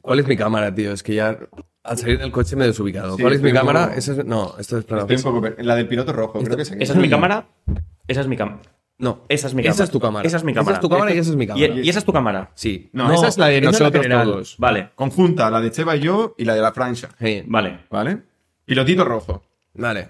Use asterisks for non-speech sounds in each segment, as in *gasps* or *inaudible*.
¿Cuál es mi cámara, tío? Es que ya al salir del coche me he desubicado. ¿Cuál es mi cámara? Esa es- No, esto es plano. Estoy un poco per- La del piloto rojo, creo que es aquí. Esa es mi cámara. Esa es mi cámara. No. Esa es mi cámara. Esa es tu cámara. Esa es mi cámara. Esa es tu cámara y esa es mi cámara. Y, y esa es tu cámara. Sí. No, esa es la de nosotros general. todos. Vale, Conjunta la de Cheva y yo y la de la franja. Sí. vale. ¿Vale? Pilotito rojo. Vale.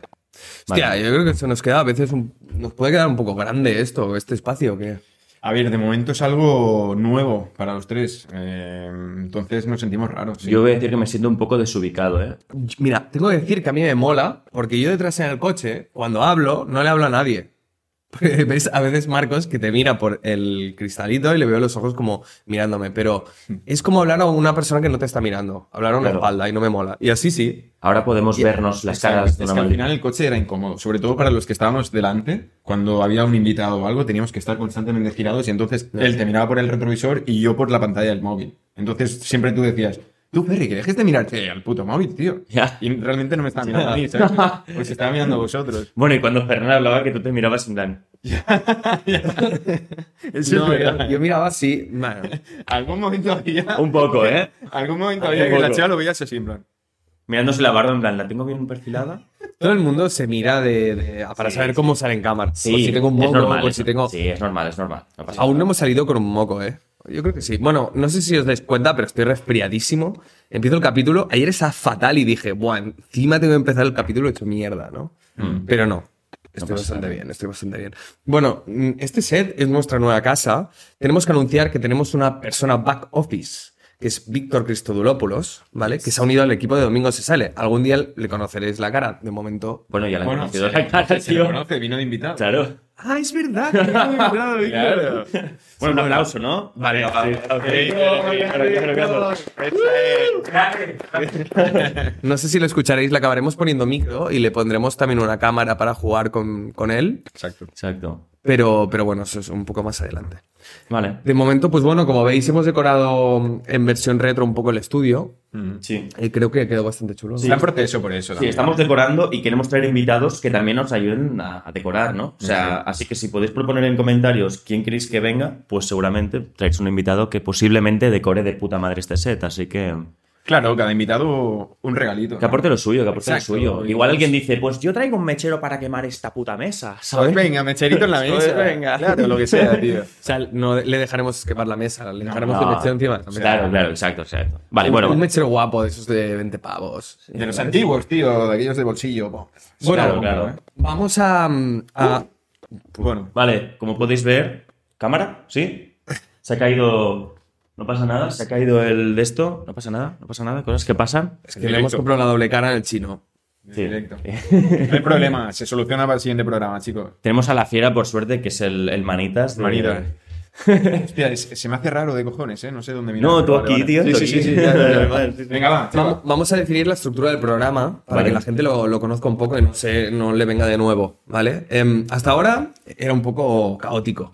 Hostia, yo creo que se nos queda a veces un- nos puede quedar un poco grande esto, este espacio que A ver, de momento es algo nuevo para los tres. eh, entonces nos sentimos raros. sí. Yo voy a decir que me siento un poco desubicado, ¿eh? Mira, tengo que decir que a mí me mola porque yo detrás en el coche, cuando hablo, no le hablo a nadie. *laughs* Porque Ves a veces Marcos que te mira por el cristalito y le veo los ojos como mirándome, pero es como hablar a una persona que no te está mirando, hablar a una Hmm. Claro. espalda y no me *laughs* mola. Y así sí. Ahora podemos vernos las Es que- caras de es una que al manera. final el coche era incómodo, sobre todo para los que estábamos delante. Cuando había un invitado o algo, teníamos que estar constantemente girados y entonces él te miraba por el retrovisor y yo por la pantalla del móvil. Entonces siempre tú decías, tú, Perry, que dejes de mirarte al puto móvil, tío. Ya. Y realmente no me estaba mirando a *laughs* mí, ¿sabes? Pues estaba mirando a vosotros. Bueno, y cuando Fernando hablaba que tú te mirabas en plan. No, yo, yo miraba así, bueno, Algún momento había... Un poco, ¿eh? Algún momento Un había que poco. la chava lo veía así, en plan. Mirándose la barba en plan, ¿la tengo bien perfilada? todo el mundo se mira de, de- para Sí, saber sí. cómo sale en cámara. Por si tengo un es moco, normal. por es- si tengo... Sí, es normal, es normal. No pasa Aún no nada. hemos salido con un moco, ¿eh? Yo creo que sí. Bueno, no sé si os dais cuenta, pero estoy resfriadísimo. Empiezo el capítulo. Ayer estaba fatal y dije, buah, encima tengo que empezar el capítulo hecho mierda, ¿no? Pero no. Estoy bastante bien, estoy bastante bien. Bueno, mm, este set es nuestra nueva casa. Tenemos que anunciar que tenemos una persona back office, que es Víctor Cristodulopoulos, ¿vale? Que se ha unido al equipo de Domingo Se Sale. Algún día le conoceréis la cara. De momento. Bueno, ya la he Bueno, conocido se- la cara, se lo tío. conoce, vino de invitado. Claro. ¡Ah, es verdad! que no me he acordado, Víctor. Claro. Bueno, un aplauso, ¿no? Vale, No sé si lo escucharéis, le acabaremos poniendo micro y le pondremos también una cámara para jugar con, con él, Exacto. Exacto. pero, pero bueno, eso es un poco más adelante. Vale. De momento, pues bueno, como veis, hemos decorado en versión retro un poco el estudio Sí. y creo que quedó bastante chulo. Está en proceso por eso. Sí, también. estamos decorando y queremos traer invitados que también nos ayuden a, a decorar, ¿no? O sea, así que si podéis proponer en comentarios quién queréis que venga, pues seguramente traéis un invitado que posiblemente decore de puta madre este set, así que... Claro, cada invitado un regalito. Que ¿no? aporte lo suyo, que aporte Exacto. lo suyo. Igual alguien dice, pues yo traigo un mechero para quemar esta puta mesa, ¿sabes? Venga, mecherito en la mesa. *laughs* Joder, venga. Claro, lo que *laughs* sea, tío. O sea, no le dejaremos escapar la mesa, le dejaremos el No. mechero encima. de la mesa. Claro, claro, exacto, exacto. Vale, Un- Un bueno, mechero guapo de esos de 20 pavos. De los antiguos, tío, de aquellos de bolsillo. po. Bueno, Claro, claro. Uh, vamos a... a- Bueno, vale, como podéis ver, cámara, ¿sí? Se ha caído... No pasa nada, se ha caído el de esto, no pasa nada, no pasa nada, cosas que pasan. es que le hemos comprado la doble cara en el chino. Sí. *laughs* Directo. no hay problema, se soluciona para el siguiente programa, chicos. Tenemos a la fiera, por suerte, que es el, el manitas. de- Manitas. *laughs* Hostia, es- se me hace raro de cojones, ¿eh? No sé dónde mirar. No, tú Vale, aquí, vale. tío. Sí, tú sí, sí, aquí. sí, ya, *laughs* ya, ya. Venga, va. Vamos, chaval. vamos a definir la estructura del programa para Vale. que la gente lo, lo conozca un poco y no, se, no le venga de nuevo, ¿vale? Em, hasta ahora era un poco caótico.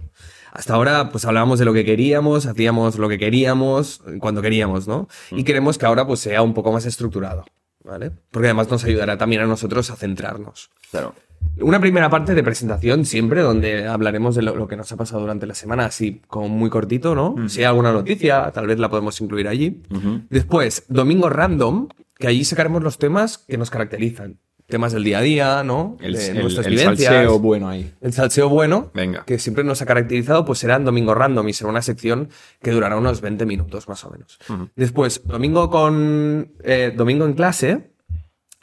Hasta ahora pues hablábamos de lo que queríamos, hacíamos lo que queríamos, eh, cuando queríamos, ¿no? Y queremos que ahora pues sea un poco más estructurado, ¿vale? Porque además nos ayudará también a nosotros a centrarnos. Claro. Una primera parte de presentación siempre donde hablaremos de lo, lo que nos ha pasado durante la semana, así como muy cortito, ¿no? Si hay alguna noticia, tal vez la podemos incluir allí. Después, domingo random, que allí sacaremos los temas que nos caracterizan. Temas del día a día, ¿no? El, de el, nuestras el vivencias. salseo bueno ahí. El salseo bueno, Venga. que siempre nos ha caracterizado, pues será en Domingo Random y será una sección que durará unos 20 minutos más o menos. Después, Domingo con eh, Domingo en clase,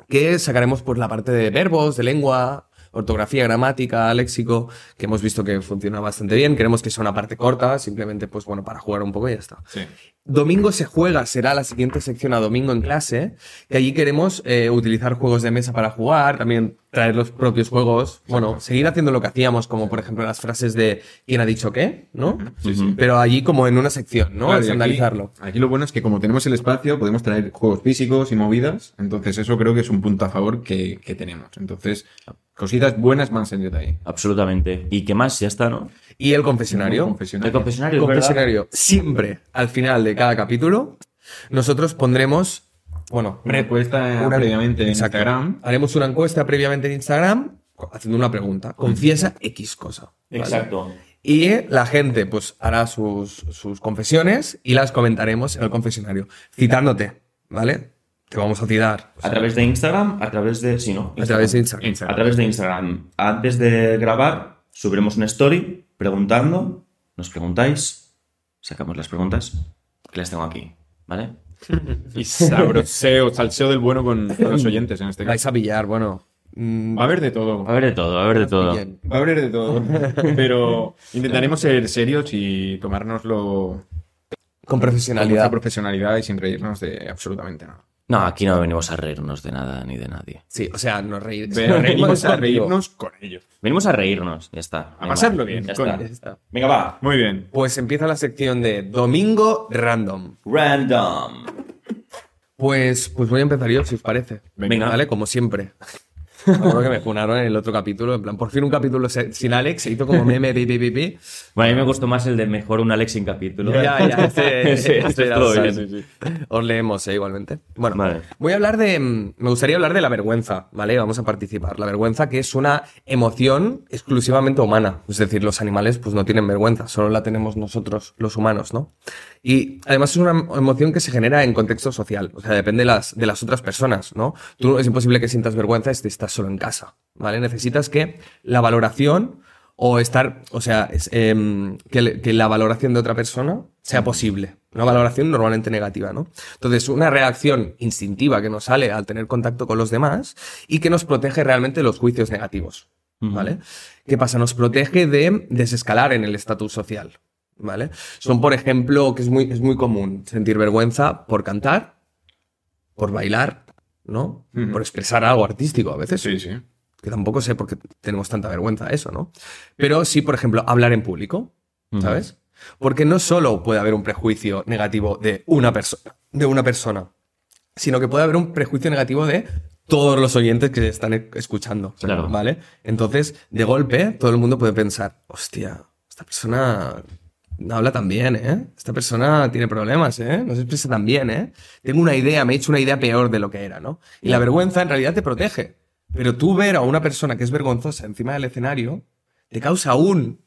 que sacaremos pues la parte de verbos, de lengua, ortografía, gramática, léxico, que hemos visto que funciona bastante bien. Queremos que sea una parte corta, simplemente pues bueno, para jugar un poco y ya está. Sí. Domingo se juega será la siguiente sección a Domingo en clase, que allí queremos eh, utilizar juegos de mesa para jugar, también traer los propios juegos, bueno, seguir haciendo lo que hacíamos, como por ejemplo las frases de quién ha dicho qué, ¿no? Pero allí como en una sección, ¿no? Claro, y Es aquí- analizarlo. Aquí, lo bueno es que como tenemos el espacio, podemos traer juegos físicos y movidas. Entonces eso creo que es un punto a favor que, que tenemos. Entonces, cositas buenas más en detalle. Absolutamente. ¿Y qué más? Ya está, ¿no? Y el confesionario. El Confesionario. confesionario, es ¿verdad? Confesionario. Siempre, al final de cada capítulo, nosotros pondremos, bueno, Una encuesta Una- previamente en Exacto. Instagram. Haremos una encuesta previamente en Instagram haciendo una pregunta. Confiesa X cosa. ¿vale? Exacto. Y la gente pues hará sus, sus confesiones y las comentaremos en el confesionario, citándote, ¿vale? Te vamos a citar. A través de Instagram, a través de. Sí, ¿no? A través de Instagram. A través de Instagram. Antes de grabar, subiremos una story preguntando. Nos preguntáis. Sacamos las preguntas que las tengo aquí, ¿vale? Y sabroseo, *laughs* salseo del bueno con, con *laughs* los oyentes en este caso. Vais a pillar, bueno. mm, Va a haber de todo. A ver de todo, a ver de todo. bien. Va a haber de *laughs* todo. Pero intentaremos ser serios y tomárnoslo Con con mucha profesionalidad. profesionalidad y sin reírnos de absolutamente *laughs* nada. No, aquí no venimos a reírnos de nada ni de nadie. Sí, o sea, no reír. Pero venimos a Contigo. reírnos con ellos. Venimos a reírnos, ya está. A pasarlo bien, Ya coño. está. Ya está. Venga, va. Muy bien. Pues empieza la sección de Domingo Random. Random. Pues, pues voy a empezar yo, si os parece. Venga. ¿Vale? Como siempre. Creo que me funaron en el otro capítulo. En plan, por fin un capítulo se- sin Alex. Se hizo como meme, pi, pi, pi, pi. Bueno, a mí me gustó más el de mejor un Alex sin capítulo. Ya, *laughs* ya, este, Sí, este este ya es todo lo bien. sabes. Os leemos eh, igualmente. Bueno, Vale. voy a hablar de. mm, Me gustaría hablar de la vergüenza, ¿vale? Vamos a participar. La vergüenza que es una emoción exclusivamente humana. Es decir, los animales pues no tienen vergüenza, solo la tenemos nosotros, los humanos, ¿no? Y además es una emoción que se genera en contexto social. O sea, depende de las, de las otras personas, ¿no? Tú es imposible que sientas vergüenza si estás solo en casa, ¿vale? Necesitas que la valoración o estar, o sea, es, em, que, le- que la valoración de otra persona sea posible. Una valoración normalmente negativa, ¿no? Entonces, una reacción instintiva que nos sale al tener contacto con los demás y que nos protege realmente de los juicios negativos, ¿vale? ¿Qué pasa? Nos protege de desescalar en el estatus social, ¿vale? Son, por ejemplo, que es muy, es muy común sentir vergüenza por cantar, por bailar, ¿no? Ujú. Por expresar algo artístico a veces Sí, sí. que tampoco sé por qué tenemos tanta vergüenza de eso, ¿no? Pero sí, por ejemplo, hablar en público, ¿sabes? Porque no solo puede haber un prejuicio negativo de una persona, de una persona, sino que puede haber un prejuicio negativo de todos los oyentes que están e- escuchando, Claro. ¿vale? Entonces, de golpe, todo el mundo puede pensar, hostia, esta persona no habla tan bien, ¿eh? Esta persona tiene problemas, ¿eh? No se expresa tan bien, ¿eh? Tengo una idea, me he hecho una idea peor de lo que era, ¿no? Y la vergüenza en realidad te protege. Pero tú ver a una persona que es vergonzosa encima del escenario te causa aún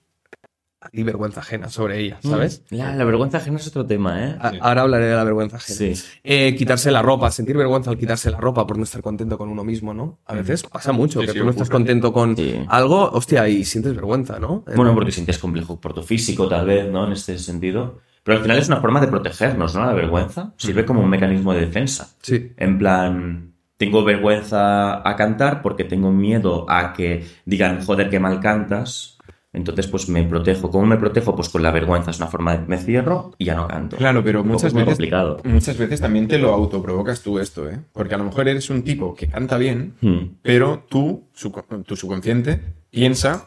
a ti vergüenza ajena sobre ella, Mm. ¿sabes? Ah, La, la vergüenza ajena es otro tema, ¿eh? A- Ahora hablaré de la vergüenza ajena. Sí. Eh, quitarse la ropa, sentir vergüenza al quitarse la ropa por no estar contento con uno mismo, ¿no? Mm. A veces pasa mucho Sí, que sí, tú no ocurre. estás contento con Sí. algo, hostia, y sientes vergüenza, eh, ¿no? Bueno, porque sientes complejo por tu físico, tal vez, ¿no? En este sentido. Pero al final es una forma de protegernos, ¿no? La vergüenza sirve como un mecanismo de defensa. Sí. En plan, tengo vergüenza a cantar porque tengo miedo a que digan, joder, que mal cantas. Entonces, pues me protejo. ¿Cómo me protejo? Pues con la vergüenza. Es una forma de me cierro y ya no canto. Claro, pero Un poco muchas muy veces, complicado. muchas veces también te lo autoprovocas tú esto, ¿eh? Porque a lo mejor eres un tipo que canta bien, mm. Hmm. pero tú, subco- tu subconsciente, piensa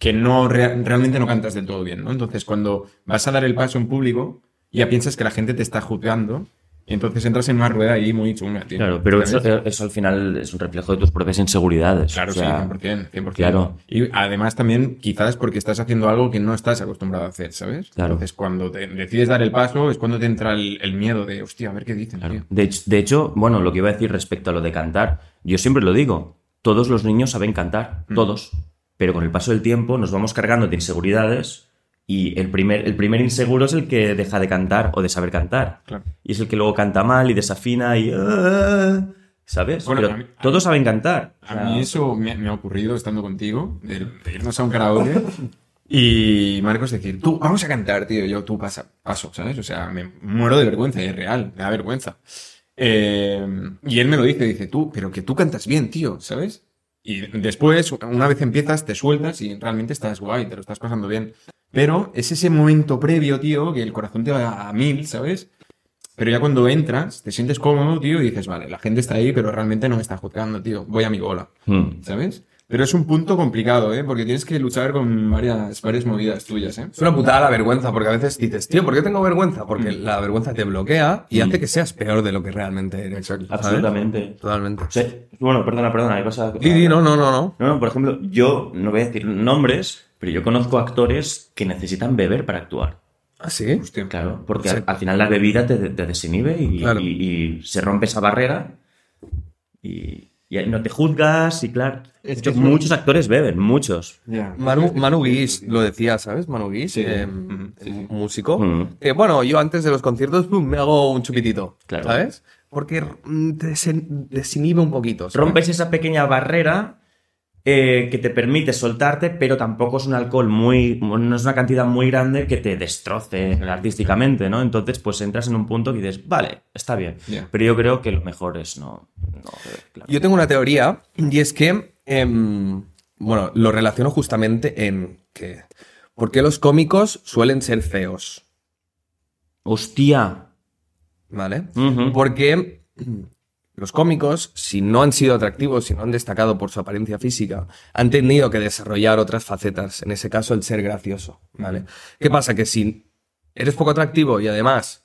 que no rea- realmente no cantas del todo bien, ¿no? Entonces, cuando vas a dar el paso en público, ya piensas que la gente te está juzgando, y entonces entras en una rueda ahí muy chunga, tío. Claro, pero ¿Sabes? eso, eso al final es un reflejo de tus propias inseguridades. Claro, O sea, sí, 100%, 100%. claro. Y además también quizás porque estás haciendo algo que no estás acostumbrado a hacer, ¿sabes? Claro. Entonces cuando te decides dar el paso es cuando te entra el, el miedo de, hostia, a ver qué dicen, Claro. tío. De, hecho- de hecho, bueno, lo que iba a decir respecto a lo de cantar, yo siempre lo digo, todos los niños saben cantar, Mm. todos, pero con el paso del tiempo nos vamos cargando de inseguridades y el primer, el primer inseguro es el que deja de cantar o de saber cantar. Claro. Y es el que luego canta mal y desafina y... "Ah", ¿Sabes? Bueno, Pero a mí- todos saben cantar. A mí eso me, me ha ocurrido estando contigo, de, de irnos a un karaoke y Marcos decir, tú, vamos a cantar, tío. Yo, tú, pasa, paso, ¿sabes? O sea, me muero de vergüenza, y es real, me da vergüenza. Eh, y él me lo dice, dice, tú, pero que tú cantas bien, tío, ¿sabes? Y después, una vez empiezas, te sueltas y realmente estás guay, te lo estás pasando bien. Pero es ese momento previo, tío, que el corazón te va a mil, ¿sabes? Pero ya cuando entras, te sientes cómodo, tío, y dices, vale, la gente está ahí, pero realmente no me está juzgando, tío. Voy a mi bola, Hmm. ¿sabes? Pero es un punto complicado, ¿eh? Porque tienes que luchar con varias, varias movidas tuyas, ¿eh? Es una putada la vergüenza, porque a veces dices, tío, ¿por qué tengo vergüenza? Porque Mm. la vergüenza te bloquea y hace que seas peor de lo que realmente eres. Exacto. ¿sabes? Absolutamente. Totalmente. O sea, bueno, perdona, perdona, ibas a- Y, y no, no, no, no. No, no, por ejemplo, yo no voy a decir nombres, pero yo conozco actores que necesitan beber para actuar. ¿Ah, sí? Hostia. Claro, porque Sí. al, al final la bebida te, te desinhibe y, Claro. y- y se rompe esa barrera y, Y ahí no te juzgas y claro. yo- muchos actores beben, muchos. Ya. Manu, Manu Guix lo decía, ¿sabes? Manu Guix, Sí. eh, Ujú, sí, sí. músico. Ujú. Eh, bueno, yo antes de los conciertos pum, me hago un chupitito, Claro. ¿sabes? Porque mm, te desen- desinhibe un poquito. ¿sabes? Rompes esa pequeña barrera eh, que te permite soltarte, pero tampoco es un alcohol muy. no es una cantidad muy grande que te destroce artísticamente, ¿no? Entonces, pues entras en un punto que dices, vale, está bien. Ya. Pero yo creo que lo mejor es no. no beber, claro. Yo tengo una teoría y es que, em, bueno, lo relaciono justamente en que, ¿por qué los cómicos suelen ser feos? ¡Hostia! ¿Vale? Ujú. Porque los cómicos, si no han sido atractivos, si no han destacado por su apariencia física, han tenido que desarrollar otras facetas, en ese caso el ser gracioso, ¿vale? ¿Qué pasa? Que si eres poco atractivo y además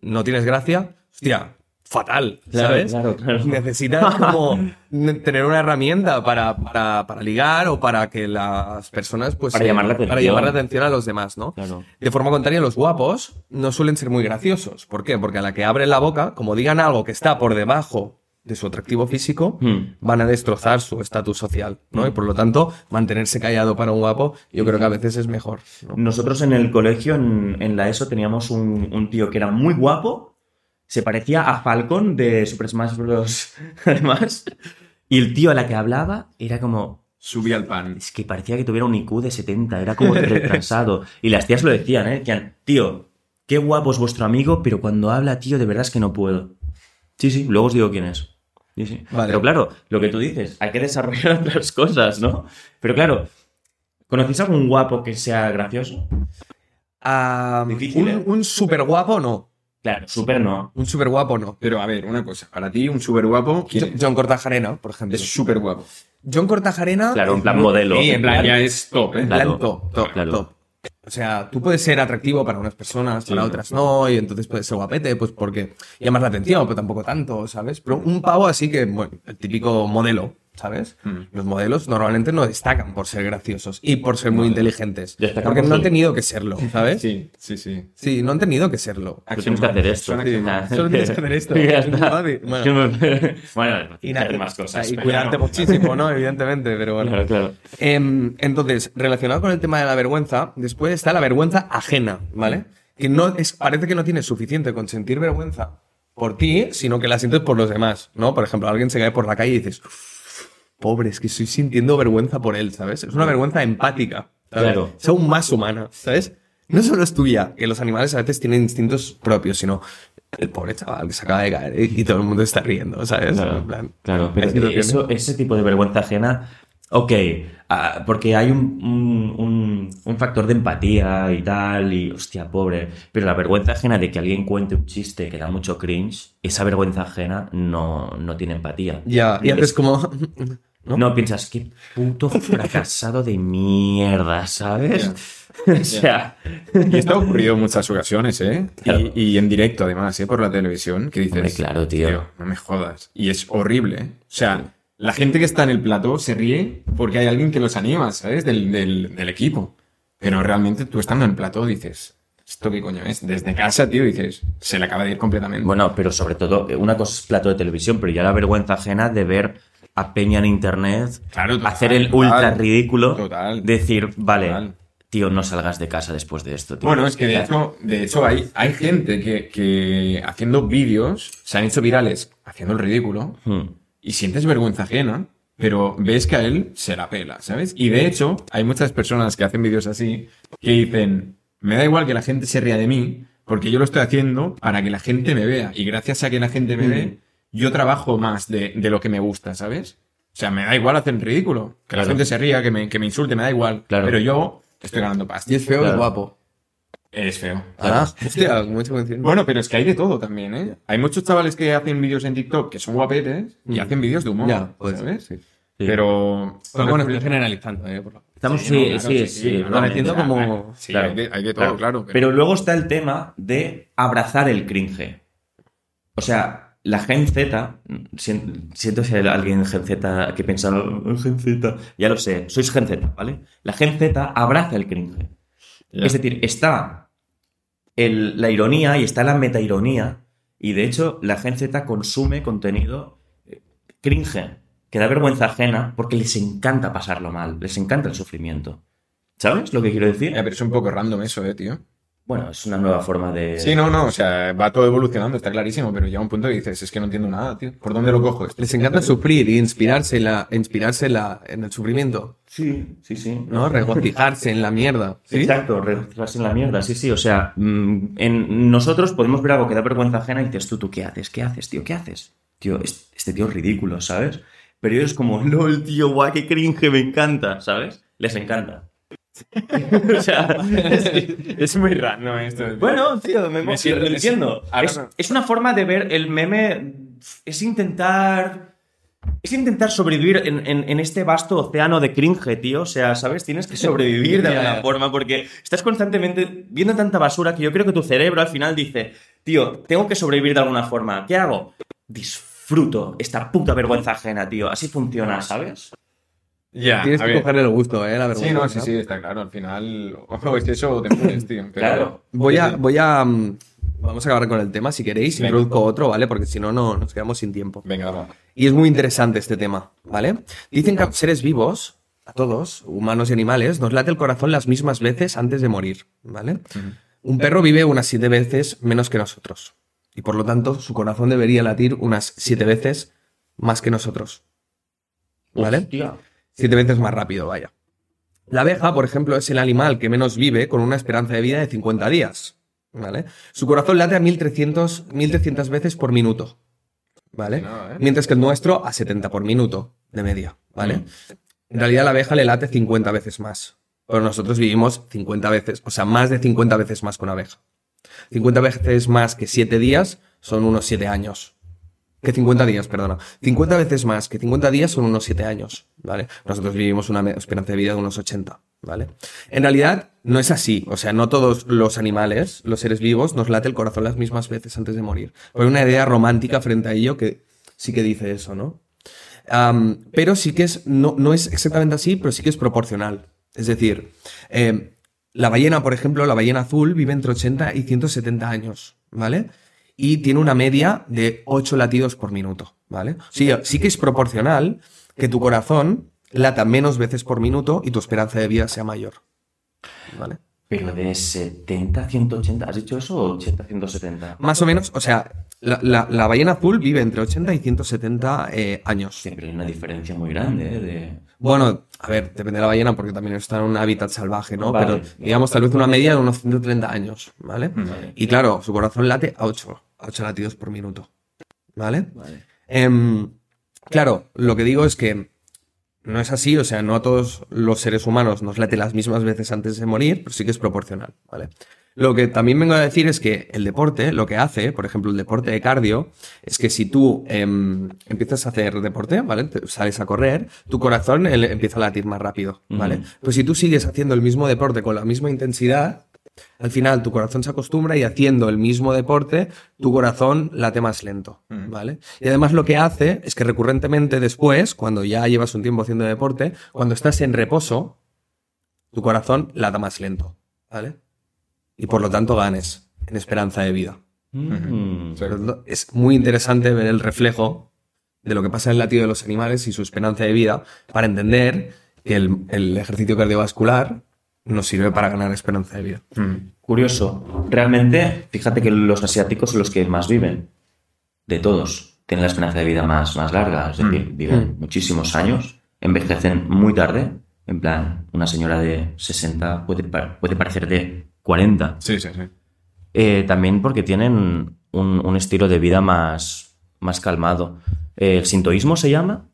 no tienes gracia, hostia, fatal, Claro, ¿sabes? claro, claro. Necesitas *laughs* como ne- tener una herramienta para, para- para ligar o para que las personas pues... Para eh, llamar la Para atención. llamar la atención a los demás, ¿no? Claro. De forma contraria, los guapos no suelen ser muy graciosos. ¿Por qué? Porque a la que abren la boca, como digan algo que está por debajo de su atractivo físico, Hmm. van a destrozar su estatus social, ¿no? Y por lo tanto, mantenerse callado para un guapo, yo creo que a veces es mejor. ¿no? Nosotros en el colegio, en, en la ESO, teníamos un, un tío que era muy guapo, se parecía a Falcon de Super Smash Bros. *laughs* Además, y el tío a la que hablaba era como. Subí al pan. Es que parecía que tuviera un IQ de 70, era *laughs* como retrasado. Y las tías lo decían, ¿eh? Que, tío, qué guapo es vuestro amigo, pero cuando habla, tío, de verdad es que no puedo. Sí, sí, luego os digo quién es. Sí, sí. Vale. Pero claro, lo que tú dices, hay que desarrollar *laughs* otras cosas, ¿no? Pero claro, ¿conocéis algún guapo que sea gracioso? Ah, Difícil, un, ¿eh? un super guapo no. Claro, súper no. Un super guapo no. Pero a ver, una cosa. Para ti, un súper guapo Jo- John Cortajarena, por ejemplo. es súper guapo. John Cortajarena. Claro, en plan Sí, modelo. en plan, ya es top, ¿eh? En plan, Claro, top, top, claro. top. O sea, tú puedes ser atractivo para unas personas, para Sí. otras no, y entonces puedes ser guapete, pues porque llamas la atención, pero tampoco tanto, ¿sabes? Pero un pavo así que, bueno, el típico modelo, ¿sabes? Mm. Los modelos normalmente no destacan por ser graciosos y por ser muy inteligentes. Destacan Porque por no han ser- tenido que serlo, ¿sabes? Sí. Sí, sí, sí. no han tenido que serlo. Tú tienes que hacer esto. Son action man. Solo tienes que hacer esto. *laughs* Ya está. Vale, *laughs* Bueno, Y y nada, más cosas. y cuidarte muchísimo, ¿no? Evidentemente, pero bueno. Claro, claro. Em, entonces, relacionado con el tema de la vergüenza, después está la vergüenza ajena, ¿vale? Que no es, parece que no tienes suficiente con sentir vergüenza por ti, sino que la sientes por los demás, ¿no? Por ejemplo, alguien se cae por la calle y dices, "Uf, pobre, es que estoy sintiendo vergüenza por él, ¿sabes? Es una vergüenza empática, ¿sabes? Claro. Es aún más humana, ¿sabes? No solo es tuya, que los animales a veces tienen instintos propios, sino el pobre chaval que se acaba de caer y y todo el mundo está riendo, ¿sabes? Claro, En plan, claro, hay pero situaciones- eso- ese tipo de vergüenza ajena, ok, ah, porque hay un, un- un- un factor de empatía y tal, y hostia, pobre, pero la vergüenza ajena de que alguien cuente un chiste que da mucho cringe, esa vergüenza ajena no, no tiene empatía. Ya, y haces como... *laughs* ¿no? piensas, qué puto fracasado de mierda, ¿sabes? *laughs* o sea, Y esto ha ocurrido en muchas ocasiones, ¿eh? Claro. Y, y en directo, además, ¿eh? Por la televisión, que dices... Hombre, claro, tío. No me jodas. Y es horrible, ¿eh? O sea, la gente que está en el plató se ríe porque hay alguien que los anima, ¿sabes? Del, del- del equipo. Pero realmente tú estando en el plató dices... ¿Esto qué coño es? Desde casa, tío, dices... Se le acaba de ir completamente. Bueno, pero sobre todo, eh, una cosa es plato de televisión, pero ya la vergüenza ajena de ver a Peña en internet Claro, total, hacer el total, ultra ridículo, total, decir, vale, total. tío, no salgas de casa después de esto. Tío. Bueno, es que de Ya. hecho, de hecho hay, hay gente que, que haciendo vídeos se han hecho virales haciendo el ridículo Hmm. y sientes vergüenza ajena, pero ves que a él se la pela, ¿sabes? Y de hecho, hay muchas personas que hacen vídeos así que dicen, me da igual que la gente se ría de mí, porque yo lo estoy haciendo para que la gente me vea. Y gracias a que la gente me ve, Mm. yo trabajo más de, de lo que me gusta, ¿sabes? O sea, me da igual hacer el ridículo. Que Claro. la gente se ría, que me, que me insulte, me da igual. Claro. Pero yo estoy ganando pasta. Y es feo y Claro. guapo. Es feo. Ah, *laughs* hostia, mucha coincidencia. Bueno, pero es que hay de todo también, ¿eh? Hay muchos chavales que hacen vídeos en TikTok que son guapetes y Mm. hacen vídeos de humor, Ya, pues, ¿sabes? sí. Sí. Pero... Pero bueno, estoy generalizando, eh. Por lo- Estamos, sí, no, sí, claro, sí, sí, claro. realmente. Pareciendo como- Sí, Claro. hay, de, hay de todo, claro. pero... luego está el tema de abrazar el cringe. O sea, la Gen Z, sien- siento si hay alguien Gen Z que piensa, "Oh, Gen Z, ya lo sé, sois Gen Z, ¿vale? La Gen Z abraza el cringe. Ya. Es decir, está el- la ironía y está la metaironía. Y de hecho, la Gen Z consume contenido eh, cringe. que da vergüenza ajena porque les encanta pasarlo mal, les encanta el sufrimiento. ¿Sabes lo que quiero decir? Ya, Eh, pero es un poco random eso, eh, tío. Bueno, es una nueva forma de... Sí, no, no, o sea, va todo evolucionando, está clarísimo, pero llega un punto que dices, es que no entiendo nada, tío. ¿Por dónde lo cojo esto? Les encanta sufrir y inspirarse en, la- inspirarse en la- en el sufrimiento, Sí, sí, sí. ¿no? Regocijarse en la mierda. ¿sí? Exacto, regocijarse en la mierda, sí, sí. O sea, mm, en nosotros podemos ver algo que da vergüenza ajena y dices tú, ¿tú qué haces? ¿Qué haces, tío? ¿Qué haces? Tío, es- este tío es ridículo, ¿sabes? Pero ellos como, *laughs* LOL, tío, guau, qué cringe, me encanta, ¿sabes? Les encanta. *laughs* o sea, es que- Es muy random esto. bueno, tío, me, Me me siento- lo entiendo. es- ahora Es, no. es una forma de ver el meme, es intentar... Es intentar sobrevivir en, en- en este vasto océano de cringe, tío. O sea, ¿sabes? Tienes que sobrevivir de Ya, alguna ya. forma porque estás constantemente viendo tanta basura que yo creo que tu cerebro al final dice, tío, tengo que sobrevivir de alguna forma. ¿Qué hago? Disfruto esta puta vergüenza ajena, tío. Así funciona, ¿sabes? Ya, Tienes a que ver. cogerle el gusto, ¿eh? La Sí, vergüenza. no, sí, sí, está claro. Al final, *laughs* o es que eso o te mueres, tío. pero- Claro. Voy a, voy a. mm, Vamos a acabar con el tema si queréis. Venga. Introduzco otro, ¿vale? Porque si no, no nos quedamos sin tiempo. Venga, va. Y es muy interesante este tema, ¿vale? Dicen que a los seres vivos, a todos, humanos y animales, nos late el corazón las mismas veces antes de morir, ¿vale? Un perro vive unas siete veces menos que nosotros. Y por lo tanto, su corazón debería latir unas siete veces más que nosotros. ¿Vale? Hostia. siete veces más rápido, vaya. La abeja, por ejemplo, es el animal que menos vive con una esperanza de vida de 50 días. ¿Vale? Su corazón late a 1300, 1300 veces por minuto. ¿Vale? No, ¿eh? Mientras que el nuestro a 70 por minuto de media. Mm. ¿Vale? En realidad la abeja le late 50 veces más. Pero nosotros vivimos 50 veces, o sea, más de 50 veces más con abeja. 50 veces más que 7 días son unos 7 años. Que 50 días, perdona. 50 veces más que 50 días son unos 7 años, ¿vale? Nosotros vivimos una me- esperanza de vida de unos 80, ¿vale? En realidad no es así, o sea, no todos los animales, los seres vivos, nos late el corazón las mismas veces antes de morir. Pero hay una idea romántica frente a ello que sí que dice eso, ¿no? Am, pero sí que es, no, no es exactamente así, pero sí que es proporcional. Es decir, eh, la ballena, por ejemplo, la ballena azul vive entre 80 y 170 años, ¿vale? Y tiene una media de 8 latidos por minuto, ¿vale? Sí, sí que es proporcional que tu corazón lata menos veces por minuto y tu esperanza de vida sea mayor. ¿Vale? Pero de 70 a 180, ¿has dicho eso? ¿O 80 a 170? Más o menos, o sea, la, la- la ballena azul vive entre 80 y 170 eh, años. Hostia, pero hay una diferencia muy grande, ¿eh? De... Bueno, a ver, depende de la ballena porque también está en un hábitat salvaje, ¿no? Vale. Pero digamos tal vez una media de unos 130 años, ¿vale? Vale. Y claro, su corazón late a 8, a 8 latidos por minuto, ¿vale? Vale. Em, claro, lo que digo es que no es así, o sea, no a todos los seres humanos nos late las mismas veces antes de morir, pero sí que es proporcional, ¿vale? Lo que también vengo a decir es que el deporte, lo que hace, por ejemplo, el deporte de cardio, es que si tú em, empiezas a hacer deporte, ¿vale? Te- sales a correr, tu corazón él, empieza a latir más rápido, ¿vale? Ujú. Pues si tú sigues haciendo el mismo deporte con la misma intensidad, al final tu corazón se acostumbra y haciendo el mismo deporte, tu corazón late más lento, Mm. ¿vale? Y además lo que hace es que recurrentemente después, cuando ya llevas un tiempo haciendo deporte, cuando estás en reposo, tu corazón lata más lento, ¿vale? Y por lo tanto ganes en esperanza de vida. Mm. Sí. Por lo tanto, Es muy interesante ver el reflejo de lo que pasa en el latido de los animales y su esperanza de vida para entender que el, el ejercicio cardiovascular nos sirve para ganar esperanza de vida. Mm, Curioso. Realmente, fíjate que los asiáticos son los que más viven. De todos. Tienen la esperanza de vida más, más larga. Es decir, viven Mm. muchísimos años. Envejecen muy tarde. En plan, una señora de 60 puede, pa- puede parecer de 40. Sí, sí, sí. Eh, también porque tienen un, un estilo de vida más, más calmado. Eh, el sintoísmo se llama.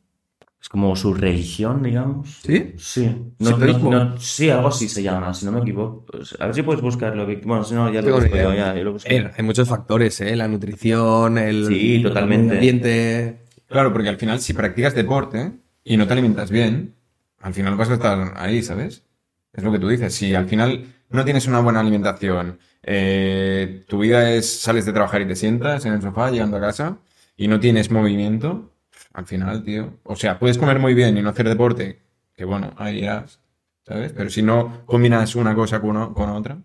Es como su religión, digamos. ¿Sí? Sí, no, ¿Sintoísmo? no- no- sí, algo así se llama, si no me equivoco. Pues, A ver si puedes buscarlo. que- Bueno, si no, ya lo Tengo busco ni yo, idea. ya, yo lo busco. Eh, hay muchos factores, ¿eh? La nutrición, el, Sí, totalmente. el ambiente. Claro, porque al final, si practicas deporte y no te alimentas bien, al final vas a estar ahí, ¿sabes? Es lo que tú dices. Si al final no tienes una buena alimentación, eh, tu vida es sales de trabajar y te sientas en el sofá llegando a casa y no tienes movimiento, al final, tío. O sea, puedes comer muy bien y no hacer deporte, que bueno, ahí irás, ¿sabes? Pero si no combinas una cosa con, o- con otra,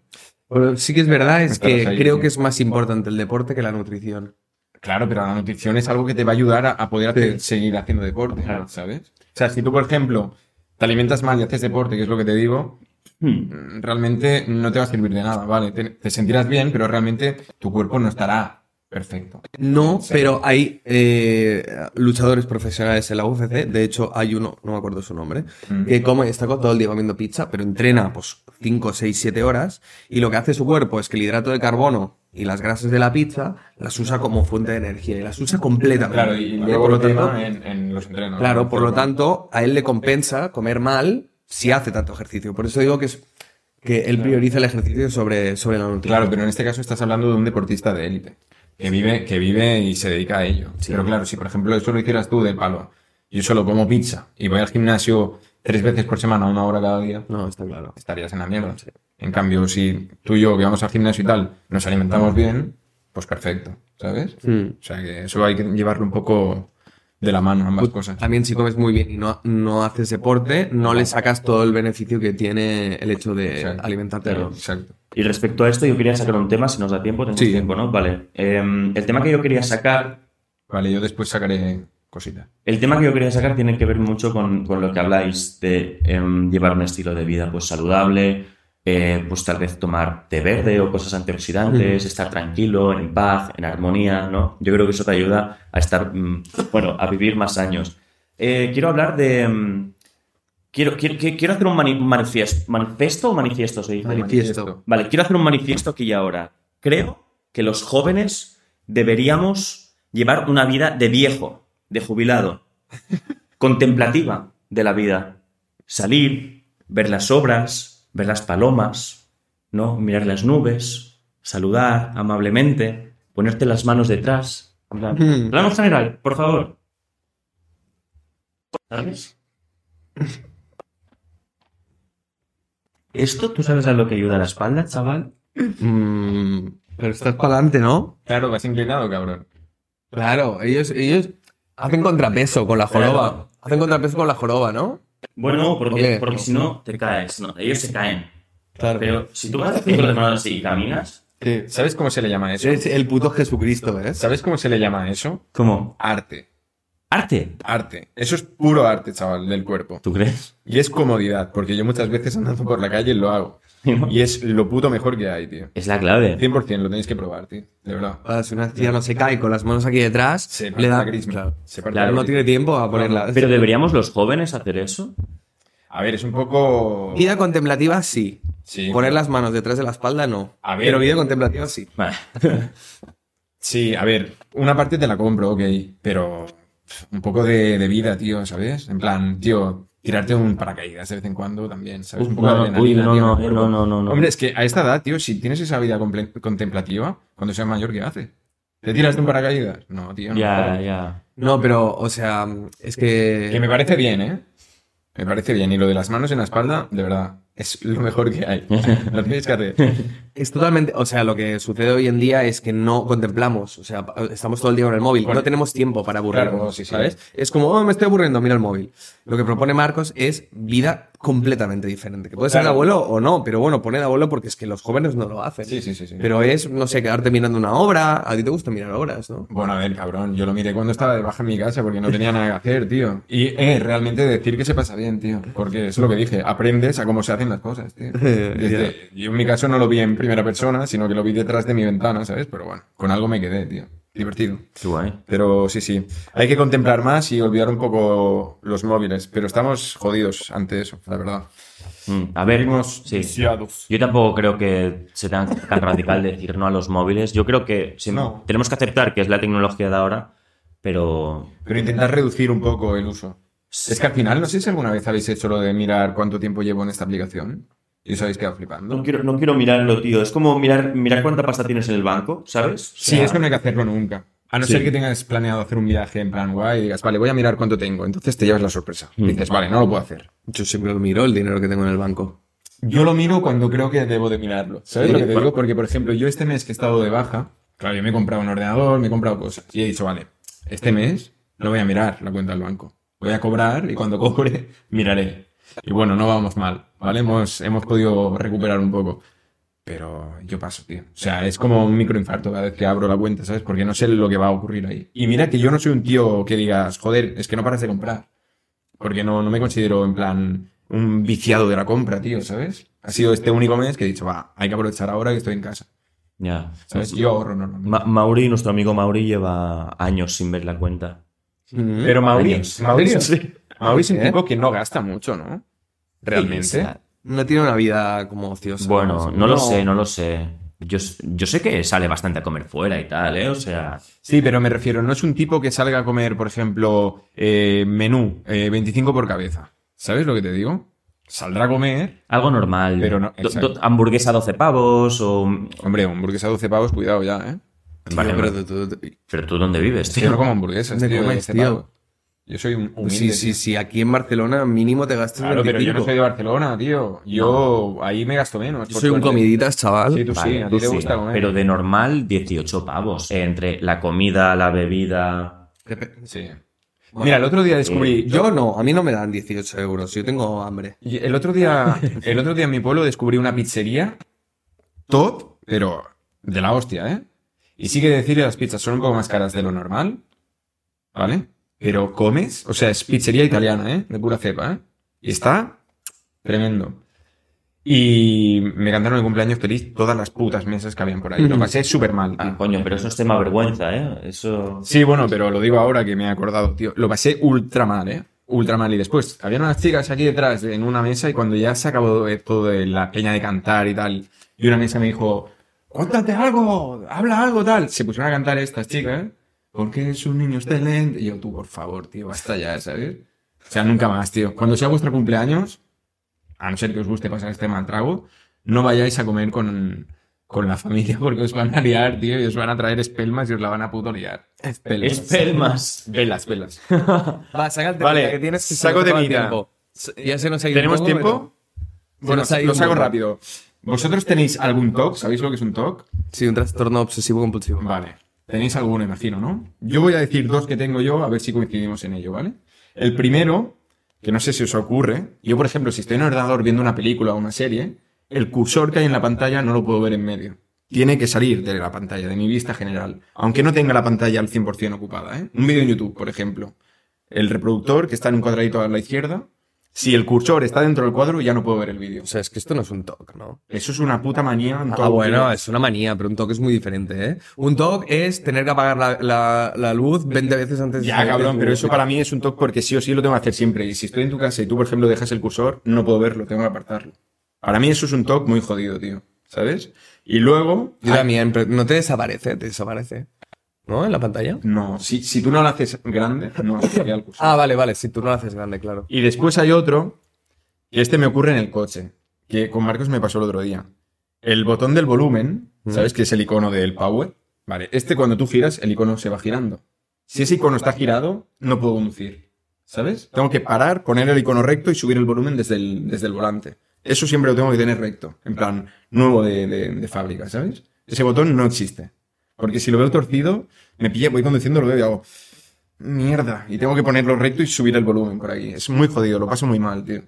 Bueno, sí que es verdad, es Estarás que ahí, creo sí. que es más importante el deporte que la nutrición. Claro, pero la nutrición es algo que te va a ayudar a, a poder hacer- seguir haciendo deporte, Claro. ¿sabes? O sea, si tú, por ejemplo, te alimentas mal y haces deporte, que es lo que te digo, Hmm. mm, realmente no te va a servir de nada, ¿vale? Te, te sentirás bien, pero realmente tu cuerpo no estará perfecto. No, pero hay eh, luchadores profesionales en la UFC. De hecho, hay uno, no me acuerdo su nombre, que come, está todo el día comiendo pizza, pero entrena pues 5, 6, 7 horas. Y lo que hace su cuerpo es que el hidrato de carbono y las grasas de la pizza las usa como fuente de energía y las usa completamente. Claro, y, ¿vale? luego por lo el tema tanto, en, en los entrenos. Claro, por lo Pero- tanto, a él le compensa comer mal si hace tanto ejercicio. Por eso digo que es que él prioriza el ejercicio sobre, sobre la nutrición. Claro, pero en este caso estás hablando de un deportista de élite que vive, que vive y se dedica a ello. Pero claro, si por ejemplo eso lo hicieras tú del palo, yo solo como pizza y voy al gimnasio tres veces por semana, una hora cada día, No, está claro. estarías en la mierda. En cambio, si tú y yo que vamos al gimnasio y tal, nos alimentamos bien, pues perfecto, ¿sabes? Mm. O sea que eso hay que llevarlo un poco de la mano ambas cosas. También si comes muy bien y no, no haces deporte, no le sacas todo el beneficio que tiene el hecho de Exacto. alimentarte. Claro. Exacto. Y respecto a esto, yo quería sacar un tema, si nos da tiempo, tenemos Sí. tiempo, ¿no? Vale. Eh, el tema que yo quería sacar Vale, yo después sacaré cositas. El tema que yo quería sacar tiene que ver mucho con, con lo que habláis de em, llevar un estilo de vida pues saludable, eh, pues tal vez tomar té verde o cosas antioxidantes, estar tranquilo, en paz, en armonía, ¿no? Yo creo que eso te ayuda a estar, mm, bueno, a vivir más años. Eh, quiero hablar de... em, quiero, quiero, quiero hacer un manifiesto. ¿Manifiesto o manifiesto se dice? Manifiesto. Vale, quiero hacer un manifiesto aquí y ahora. Creo que los jóvenes deberíamos llevar una vida de viejo, de jubilado, contemplativa de la vida. Salir, ver las obras, ver las palomas, ¿no? Mirar las nubes, saludar amablemente, ponerte las manos detrás. En plan, Mm. *clears throat* Plano general, por favor. ¿Sabes? ¿Esto tú sabes a lo que ayuda a la espalda, chaval? Mm, pero estás para adelante, ¿no? Claro, vas inclinado, cabrón. Claro, ellos, ellos hacen contrapeso con la joroba. Claro. Hacen contrapeso con la joroba, ¿no? Bueno, porque, Ok. porque si no, te caes. No, ellos se caen. Claro. Pero si tú vas haciendo las manos así y caminas... ¿Sabes cómo se le llama eso? Es el puto Jesucristo, ¿eh? ¿Sabes cómo se le llama a eso? ¿Cómo? Arte. Arte. Arte. Eso es puro arte, chaval, del cuerpo. ¿Tú crees? Y es comodidad, porque yo muchas veces andando por la calle lo hago. Y es lo puto mejor que hay, tío. *laughs* Es la clave. 100% lo tenéis que probar, tío. De verdad. Ah, Si una tía no se cae con las manos aquí detrás, Se parte le da. la grisma. Claro. Se parte Claro, la no grisma. tiene tiempo a ponerla. Pero deberíamos los jóvenes hacer eso. A ver, es un poco... Vida contemplativa, sí. Sí. Poner las manos detrás de la espalda, no. A ver. Pero vida contemplativa, sí. Vale. Sí, a ver, una parte te la compro, ok, pero pf, un poco de, de vida, tío, ¿sabes? En plan, tío, tirarte un paracaídas de vez en cuando también, ¿sabes? Un poco de Pues No, no, uy, adrenalina, no, tío, en no, el cuerpo. no, no, no, no. Hombre, es que a esta edad, tío, si tienes esa vida comple- contemplativa, cuando seas mayor, ¿qué haces? ¿Te tiras de un paracaídas? No, tío, no. Ya, ya. No, pero, o sea, es que. Que me parece bien, ¿eh? Me parece bien. Y lo de las manos en la espalda, de verdad, es lo mejor que hay. *laughs* Lo tienes que hacer. Es totalmente, o sea, lo que sucede hoy en día es que no contemplamos, o sea, pa- estamos todo el día con el móvil, Bueno. no tenemos tiempo para aburrirnos, Claro, sí, sí. ¿sabes? Es como, oh, me estoy aburriendo, mira el móvil. Lo que propone Marcos es vida completamente diferente, que puede ser de Claro. abuelo o no, pero bueno, pone de abuelo porque es que los jóvenes no lo hacen. Sí, sí, sí, sí. Pero es, no sé, quedarte mirando una obra, a ti te gusta mirar obras, ¿no? Bueno, a ver, cabrón, yo lo miré cuando estaba de baja en mi casa porque no tenía nada que hacer, tío. Y eh, realmente decir que se pasa bien, tío. Porque es lo que dije, aprendes a cómo se hacen las cosas, tío. Desde- yo en mi caso no lo vi en primera persona, sino que lo vi detrás de mi ventana, ¿sabes? Pero bueno, con algo me quedé, tío. Divertido. Qué guay. Pero sí, sí. Hay que contemplar más y olvidar un poco los móviles. Pero estamos jodidos ante eso, la verdad. Mm, A ver, Seguimos sí. viciados. Yo tampoco creo que sea tan, tan radical decir no a los móviles. Yo creo que sí, No. tenemos que aceptar que es la tecnología de ahora, pero Pero intentar reducir un poco el uso. Es que al final, no sé si alguna vez habéis hecho lo de mirar cuánto tiempo llevo en esta aplicación y os habéis quedado flipando. no quiero, no quiero mirarlo, tío. Es como mirar, mirar cuánta pasta tienes en el banco, ¿sabes? O Sí, sea, es que no hay que hacerlo nunca. A no Sí. ser que tengas planeado hacer un viaje en plan guay y digas, vale, voy a mirar cuánto tengo. Entonces te llevas la sorpresa. Mm. Dices, vale, no lo puedo hacer. Yo siempre miro el dinero que tengo en el banco. Yo lo miro cuando creo que debo de mirarlo. ¿Sabes Sí, lo que te bueno. digo? Porque, por ejemplo, yo este mes que he estado de baja, claro, yo me he comprado un ordenador, me he comprado cosas. Y he dicho, vale, este mes no voy a mirar la cuenta del banco. Voy a cobrar y cuando *laughs* cobre, miraré. Y bueno, no vamos mal, ¿vale? Hemos, hemos podido recuperar un poco. Pero yo paso, tío. O sea, es como un microinfarto cada vez que abro la cuenta, ¿sabes? Porque no sé lo que va a ocurrir ahí. Y mira que yo no soy un tío que digas, joder, es que no paras de comprar. Porque no, no me considero en plan un viciado de la compra, tío, ¿sabes? Ha sido este único mes que he dicho, va, hay que aprovechar ahora que estoy en casa. Ya. ¿Sabes? Yo ahorro normalmente. Ma- Mauri, nuestro amigo Mauri, lleva años sin ver la cuenta. Pero Mauri, Años. Mauri, Sí. Mauri es un ¿Eh? tipo que no gasta mucho, ¿no? Realmente. No tiene una vida como ociosa. Bueno, no lo sé, no lo sé. Yo, s- yo sé que sale bastante a comer fuera y tal, ¿eh? O sea, Sí, pero me refiero, no es un tipo que salga a comer, por ejemplo, eh, menú, eh, 25 por cabeza. ¿Sabes lo que te digo? Saldrá a comer. algo normal. Pero no- Do- do- exacto. hamburguesa 12 pavos o... Hombre, hamburguesa 12 pavos, cuidado ya, ¿eh? Vale, pero, no. tú- tú- tú- pero tú dónde vives, Yo tío. no como hamburguesas, Me tío, comes, 12 tío. pavos. Yo soy un humilde. sí, sí, tío. sí. Aquí en Barcelona mínimo te gastas Claro, pero yo no 25. soy de Barcelona, tío. Yo ahí me gasto menos. Yo por soy un suerte. comiditas, chaval. Sí, tú sí, Vale, a tú ti te sí, gusta comer. Pero de normal, 18 pavos. Entre la comida, la bebida... Dep- Sí. Mira, el otro día descubrí. Yo no, a mí no me dan 18 euros. Yo tengo hambre. Y El otro día, el otro día en mi pueblo descubrí una pizzería top, pero de la hostia, ¿eh? Y sí que decirle las pizzas son un poco más caras de lo normal, ¿vale? Pero comes, o sea, es pizzería italiana, ¿eh? De pura cepa, ¿eh? Y está tremendo. Y me cantaron el cumpleaños feliz todas las putas mesas que habían por ahí. Lo pasé súper mal, tío. Ah, coño, pero eso es tema vergüenza, ¿eh? Eso... Sí, bueno, pero lo digo ahora que me he acordado, tío. Lo pasé ultra mal, ¿eh? Ultra mal. Y después, había unas chicas aquí detrás en una mesa y cuando ya se acabó eh, todo de la peña de cantar y tal, y una mesa me dijo, cuéntate algo, habla algo, tal. Se pusieron a cantar estas chicas, porque es un niño excelente. Y yo, tú, por favor, tío, basta ya, ¿sabes? O sea, nunca más, tío. Cuando sea vuestro cumpleaños, a no ser que os guste pasar este mal trago, no vayáis a comer con, con la familia porque os van a liar, tío, y os van a traer espelmas y os la van a puto liar. Espelmas. Espelmas. Velas, velas. Va, saca el Vale, saco de vida. Ya se nos ha ido *laughs* ¿Tenemos un poco, tiempo? pero- Bueno, se nos ha ido lo un saco poco. rápido. ¿Vosotros tenéis algún TOC? ¿Sabéis lo que es un TOC? Sí, un trastorno obsesivo compulsivo. Pues Vale. Tenéis alguno, imagino, ¿no? Yo voy a decir dos que tengo yo, a ver si coincidimos en ello, ¿vale? El primero, que no sé si os ocurre, yo, por ejemplo, si estoy en el ordenador viendo una película o una serie, el cursor que hay en la pantalla no lo puedo ver en medio. Tiene que salir de la pantalla, de mi vista general, aunque no tenga la pantalla al 100% ocupada, ¿eh? Un vídeo en YouTube, por ejemplo. El reproductor, que está en un cuadradito a la izquierda, si el cursor está dentro del cuadro, ya no puedo ver el vídeo. O sea, es que esto no es un TOC, ¿no? Eso es una puta manía. en Ah, todo bueno, Twitter. es una manía, pero un TOC es muy diferente, ¿eh? Un TOC es tener que apagar la, la- la luz 20 veces antes de Ya, salir de cabrón, tu- pero eso para mí es un toque porque sí o sí lo tengo que hacer siempre. Y si estoy en tu casa y tú, por ejemplo, dejas el cursor, no puedo verlo, tengo que apartarlo. Para mí eso es un toque muy jodido, tío. ¿Sabes? Y luego... Yo también, pero no te desaparece, te desaparece. ¿No? ¿En la pantalla? No, si, si tú no lo haces grande, no se *laughs* queda el cursor. Ah, vale, vale, si tú no lo haces grande, claro. Y después hay otro, que este me ocurre en el coche, que con Marcos me pasó el otro día. El botón del volumen, Mm. ¿sabes? Que es el icono del power. Vale, este cuando tú giras, el icono se va girando. Si ese icono está girado, no puedo conducir. ¿Sabes? Tengo que parar, poner el icono recto y subir el volumen desde el, desde el volante. Eso siempre lo tengo que tener recto, en plan nuevo de, de- de fábrica, ¿sabes? Ese botón no existe. Porque si lo veo torcido, me pilla, voy conduciendo, lo veo y hago... Mierda, y tengo que ponerlo recto y subir el volumen por aquí. Es muy jodido, lo paso muy mal, tío.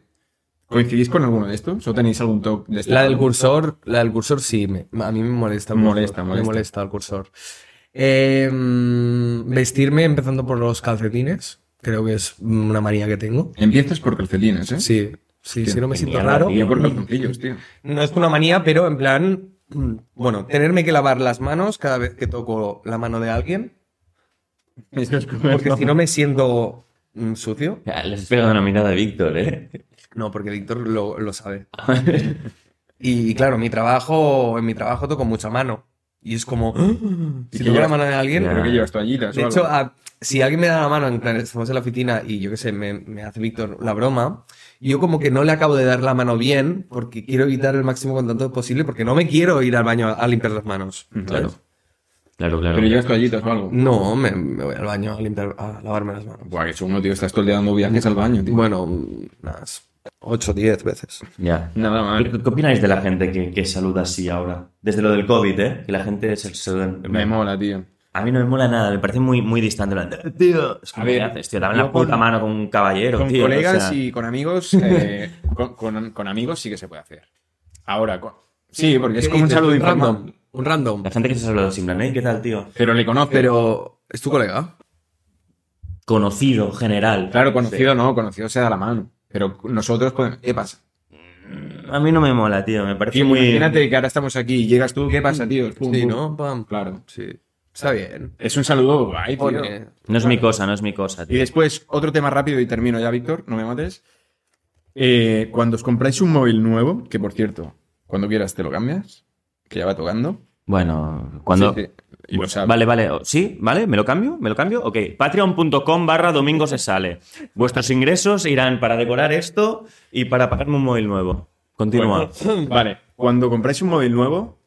¿Coincidís con alguno de estos? ¿O tenéis algún top de este La del palo? cursor, la del cursor sí, me- a mí me molesta. el Molesta, cursor, molesta. Me molesta el cursor. Eh, mm, vestirme empezando por los calcetines, creo que es una manía que tengo. Empiezas por calcetines, ¿eh? Sí, sí, Hostia, si no me qué siento mierda, raro. tío. Yo por calzoncillos, *laughs* tío. No es una manía, pero en plan, mm, bueno, tenerme que lavar las manos cada vez que toco la mano de alguien, Eso es como- porque si no me siento mm, sucio. Ya, Le has pegado una mirada a Víctor, *laughs* ¿eh? No, porque Víctor lo, lo sabe. Y, claro, mi trabajo, en mi trabajo toco mucha mano. Y es como, *gasps* ¡Ah! que si toco la llevas- mano de alguien, Ya. Creo que llevas toallitas o De hecho, ah, algo. a- si alguien me da la mano, en plan, estamos en la oficina y yo qué sé, me, me hace Víctor la broma, yo como que no le acabo de dar la mano bien porque quiero evitar el máximo contacto posible porque no me quiero ir al baño a, a limpiar las manos. Claro. Claro, claro. Pero llevas toallitas o algo. No, me, me voy al baño a limpiar, a lavarme las manos. Buah, qué chungo, tío. Estás todo el día dando viajes al baño, tío. Bueno, unas 8 o 10 veces. Ya. Nada mal. ¿Qué, qué opináis de la gente que, que saluda así ahora? Desde lo del COVID, ¿eh? Que la gente se saluda. en- en- Me mola, tío. A mí no me mola nada, me parece muy, muy distante. en plan, "Eh, Tío, es A como ver, ¿qué haces, tío, dame la yo con- puta mano con un caballero, Con tío. colegas o *laughs* sea, y con amigos, eh, con, con- con amigos sí que se puede hacer. Ahora, con, Sí, porque es ¿Qué como un dices? saludo random. informal. Un random. La gente que se saluda así, en plan, "Ey, ¿qué tal, tío? Pero le conoce. Pero, ¿es tu colega? Conocido, general. Claro, conocido no, conocido se da la mano. Pero nosotros podemos. ¿Qué pasa? A mí no me mola, tío. Me parece Sí, muy. Imagínate que ahora estamos aquí y llegas tú, ¿qué pasa, tío? Pum, Sí, pum. ¿no? Pam. Claro. Sí. Está bien. Es un saludo guay, tío. Pone- No es mi cosa, no es mi cosa, Y tío. después, otro tema rápido y termino ya, Víctor, no me mates. Eh, cuando os compráis un móvil nuevo, que por cierto, cuando quieras te lo cambias, que ya va tocando. Bueno, cuando. Sí, sí, Pues, ah. Y lo sabes. Vale, vale. o- ¿Sí? ¿Vale? ¿Me lo cambio? ¿Me lo cambio? Ok. Patreon.com barra domingo se sale. Vuestros ingresos irán para decorar esto y para pagarme un móvil nuevo. Continúa. Bueno, vale. Cuando compráis un móvil nuevo,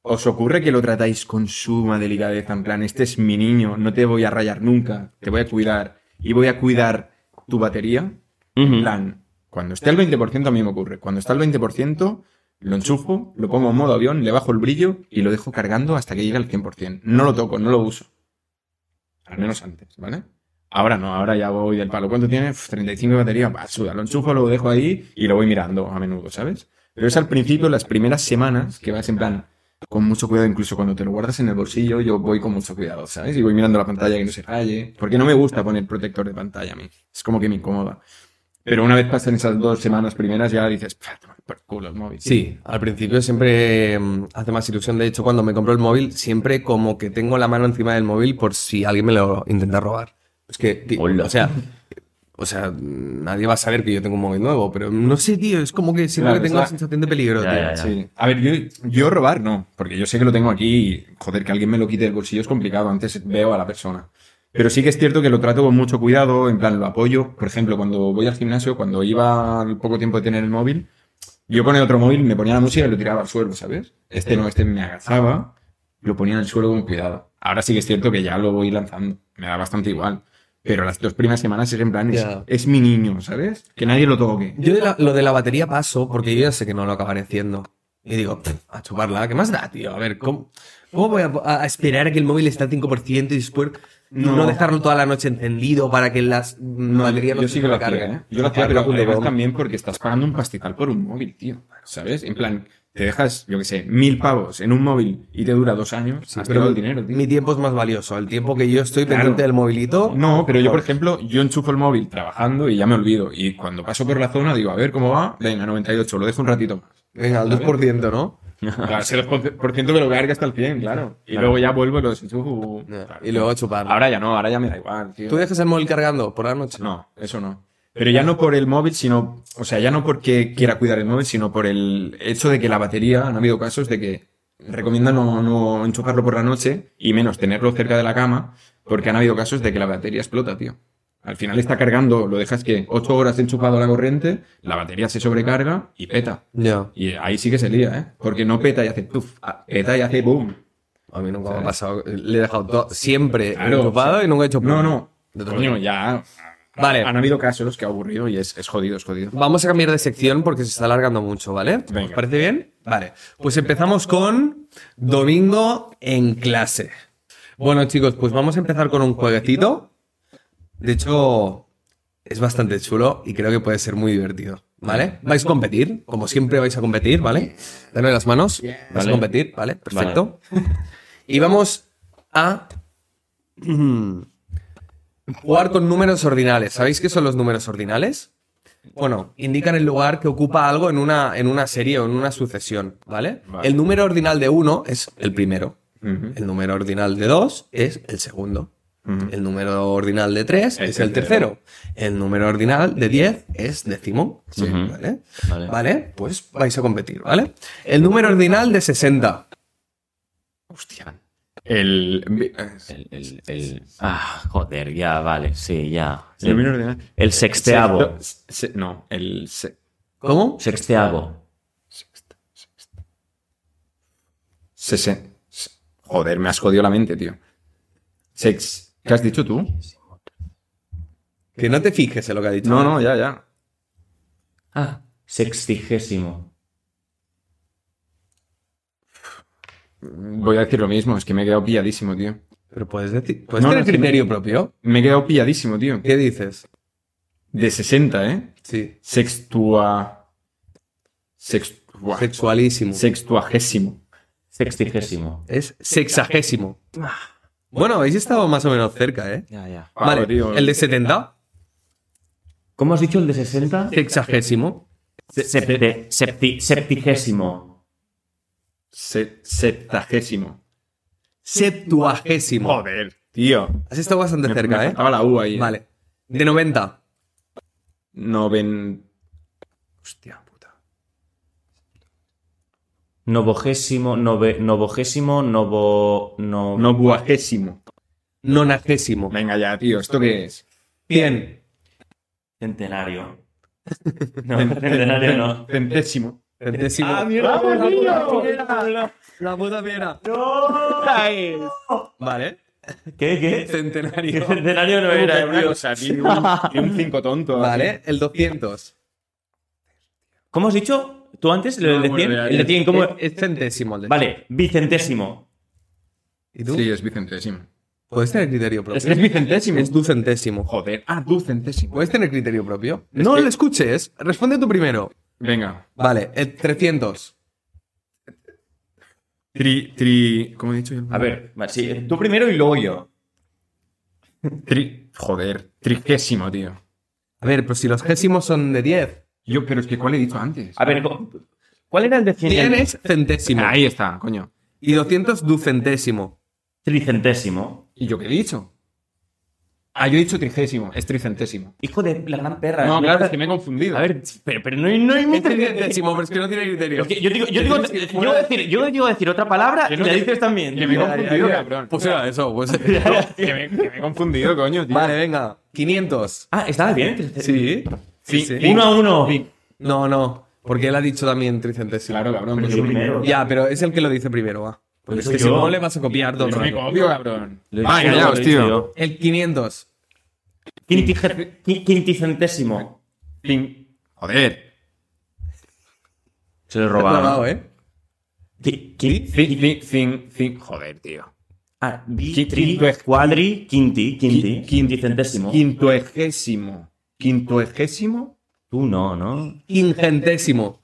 ¿os ocurre que lo tratáis con suma delicadeza? En plan, este es mi niño, no te voy a rayar nunca, te voy a cuidar y voy a cuidar tu batería. En Ujú. plan, cuando esté al 20% a mí me ocurre. Cuando está al 20%, lo enchufo, lo pongo en modo avión, le bajo el brillo y lo dejo cargando hasta que llegue al 100%. No lo toco, no lo uso. Al menos antes, ¿vale? Ahora no, ahora ya voy del palo. ¿Cuánto tiene? Uf, 35 de batería. Va, suda, lo enchufo, lo dejo ahí y lo voy mirando a menudo, ¿sabes? Pero es al principio, las primeras semanas, que vas en plan con mucho cuidado, incluso cuando te lo guardas en el bolsillo, yo voy con mucho cuidado, ¿sabes? Y voy mirando la pantalla que no se raye, porque no me gusta poner protector de pantalla a mí. Es como que me incomoda. Pero una vez pasan esas dos semanas primeras, ya dices, "Pah, toma por culo el móvil. Sí, al principio siempre mm, hace más ilusión. De hecho, cuando me compro el móvil, siempre como que tengo la mano encima del móvil por si alguien me lo intenta robar. Es que, tío, Hola. o sea, o sea, mm, nadie va a saber que yo tengo un móvil nuevo, pero no sé, tío, es como que siempre Claro, que tengo o la sea, sensación de peligro, ya, tío. ya, ya. Sí. A ver, yo, yo robar no, porque yo sé que lo tengo aquí y, joder, que alguien me lo quite del bolsillo es complicado, antes veo a la persona. Pero sí que es cierto que lo trato con mucho cuidado, en plan, lo apoyo. Por ejemplo, cuando voy al gimnasio, cuando iba al poco tiempo de tener el móvil, yo con el otro móvil me ponía la música y lo tiraba al suelo, ¿sabes? Este no, este me agazaba, lo ponía en el suelo con cuidado. Ahora sí que es cierto que ya lo voy lanzando, me da bastante igual. Pero las dos primeras semanas es en plan, es, Ya. es mi niño, ¿sabes? Que nadie lo toque. Yo de la- lo de la batería paso porque yo ya sé que no lo acabaré haciendo. Y digo, "Pff, a chuparla, ¿qué más da, tío? A ver, ¿cómo, cómo voy a, a esperar a que el móvil esté al 5% y después no. No. dejarlo toda la noche encendido para que las mm, baterías no yo se sí que lo sobrecarguen? hacía, ¿eh? Yo lo hacía, pero Claro, además claro. también porque estás pagando un pastizal por un móvil, tío. ¿Sabes? En plan, te dejas, yo qué sé, mil pavos en un móvil y te dura dos años. Sí, has pero tirado el dinero, tío. mi tiempo es más valioso. El tiempo que yo estoy Claro. pendiente del movilito. No, pero yo, por ejemplo, yo enchufo el móvil trabajando y ya me olvido. Y cuando paso por la zona digo, a ver cómo va, venga, 98, lo dejo un ratito *laughs* más. Venga, al 2%, ¿no? Claro, ese 2% que lo carga hasta el 100, claro. Y Claro. luego ya vuelvo y lo desenchufo. Claro. Y luego chuparlo. Ahora ya no, ahora ya me da igual, tío. ¿Tú dejas el móvil cargando por la noche? No, eso no. Pero ya no por el móvil, sino, o sea, ya no porque quiera cuidar el móvil, sino por el hecho de que la batería, han habido casos de que recomiendan no, no enchufarlo por la noche y menos tenerlo cerca de la cama, porque han habido casos de que la batería explota, tío. Al final está cargando, lo dejas que 8 horas enchufado a la corriente, la batería se sobrecarga y peta. Ya. Y ahí sí que se lía, ¿eh? Porque no peta y hace tuf, ah, peta y hace boom. A mí nunca me ha ¿Sabes? pasado. Le he dejado todo- siempre Claro, enchufado sí. y nunca he hecho No, no. De todo. Coño, ya. Vale. Han habido casos que ha aburrido y es, es jodido, es jodido. Vamos a cambiar de sección porque se está alargando mucho, ¿vale? Venga. ¿Os parece bien? Vale. Pues empezamos con Domingo en clase. Bueno, chicos, pues vamos a empezar con un jueguecito. De hecho, es bastante chulo y creo que puede ser muy divertido, ¿vale? Vais a competir, como siempre vais a competir, ¿vale? Dadme las manos. Vais Vale. a competir, ¿vale? Perfecto. Y vamos a *clears throat* Jugar con números ordinales. ¿Sabéis qué son los números ordinales? Bueno, indican el lugar que ocupa algo en una, en una serie o en una sucesión, ¿vale? Vale. El número ordinal de 1 es el primero. Ujú. El número ordinal de 2 es el segundo. El número ordinal de 3 El es el tercero. El número ordinal de 10 es décimo. Sí, Ujú. ¿vale? Vale. ¿Vale? Pues vais a competir, ¿vale? El número ordinal de 60. Hostia. El. El, el- el- Ah, joder, ya, vale, sí, ya. el número ordinal. El sexteavo. Sexto- se- no, el. se- ¿Cómo? Sexteavo. sesen- se- Joder, me has jodido la mente, tío. Sex. ¿Qué has dicho tú? Que no te fijes en lo que ha dicho. No, no, ya, ya. Ah, sextigésimo. Voy a decir lo mismo, es que me he quedado pilladísimo, tío. Pero puedes decir. Puedes No, no, tener sí me- criterio propio. Me he quedado pilladísimo, tío. ¿Qué dices? De 60, ¿eh? Sí. Sextua. Sext. Buah. Sexualísimo. Sextuagésimo. Sextigésimo. es sexagésimo. Bueno, habéis estado más o menos cerca, ¿eh? Ya, ya. Pavo, vale, tío. el de 70, ¿Cómo has dicho el de 60? sexagésimo. Septe- septi- septigésimo. Se- septagésimo. Septuagésimo. Joder, tío. Has estado bastante Me- cerca, me ¿eh? faltaba la U ahí. eh. Vale. De 90. Noven... Hostia puta. Novogésimo, nove, novogésimo, novo. No, Novuagésimo. Nonagésimo. Venga ya, tío. ¿Esto qué es? 100. Centenario. *laughs* No, centenario no. Centésimo. Centésimo. La puta piedra. Vale. ¿Qué, qué? Centenario. *laughs* Centenario no era, una tío. cosa, tío. *laughs* Un- Y un cinco tonto. Vale, el 200. ¿Cómo has dicho? ¿Tú antes? ¿El No, de bueno, 100? ya, ¿El ya. de 100 cómo? Es- Es centésimo el de- Vale, bicentésimo. ¿Y tú? así. Sí, es bicentésimo. ¿Puedes tener criterio propio? Es que es bicentésimo. Es ducentésimo. Joder. Ah, ducentésimo. ¿Puedes tener criterio propio? No que- lo escuches. Responde tú primero. Venga. Vale, el 300. Tri... tri ¿Cómo he dicho yo? A ver, va, sí, tú primero y luego yo. Tri... Joder. Trigésimo, tío. A ver, pero si los gésimos son de 10. Yo, pero es que ¿cuál he dicho antes? A ver, co- ¿cuál era el de 100? eh. 100 es centésimo. Ahí está, coño. Y 200 ducentésimo. Tricentésimo. ¿Y yo qué he dicho? Ah, yo he dicho trigésimo. Es tricentésimo. Hijo de la gran perra. No, claro, es que me he confundido. A ver, pero, pero no, *laughs* no Este Es imites. centésimo, pero es que no tiene criterio. Este Es que Yo digo, yo digo, yo digo decir, yo digo decir otra palabra y no la te- dices también. que me he Ya, ya, confundido, ya. cabrón. Pues era eso, *laughs* pues. Que me, que me he confundido, coño, tío. Vale, venga. 500. Ah, estaba bien. Sí. Sí, sí. Uno a uno. No, no. Porque él ha dicho también tricentésimo. Claro, cabrón. Pero porque Pues yo yo- primero. Ya, pero es el que lo dice primero, va. Porque Pues es que yo. si no le vas a copiar todo el Yo me rato. copio, cabrón. Lo he Ah, dicho yo, callaos, lo he dicho tío. yo. El 500. Quintije- qui- Quinticentésimo. Pin. Joder. Se lo he Te has clavado, robado. ¿eh? Qui- qui- Cin, cin, cin, cin. Joder, tío. Ah, bi, Qui- tri, quinto- cuadri, quinti, quinti. Qui- quin- Quinticentésimo. Quintoegésimo. Quintoegésimo. Tú no, ¿no? Quingentésimo.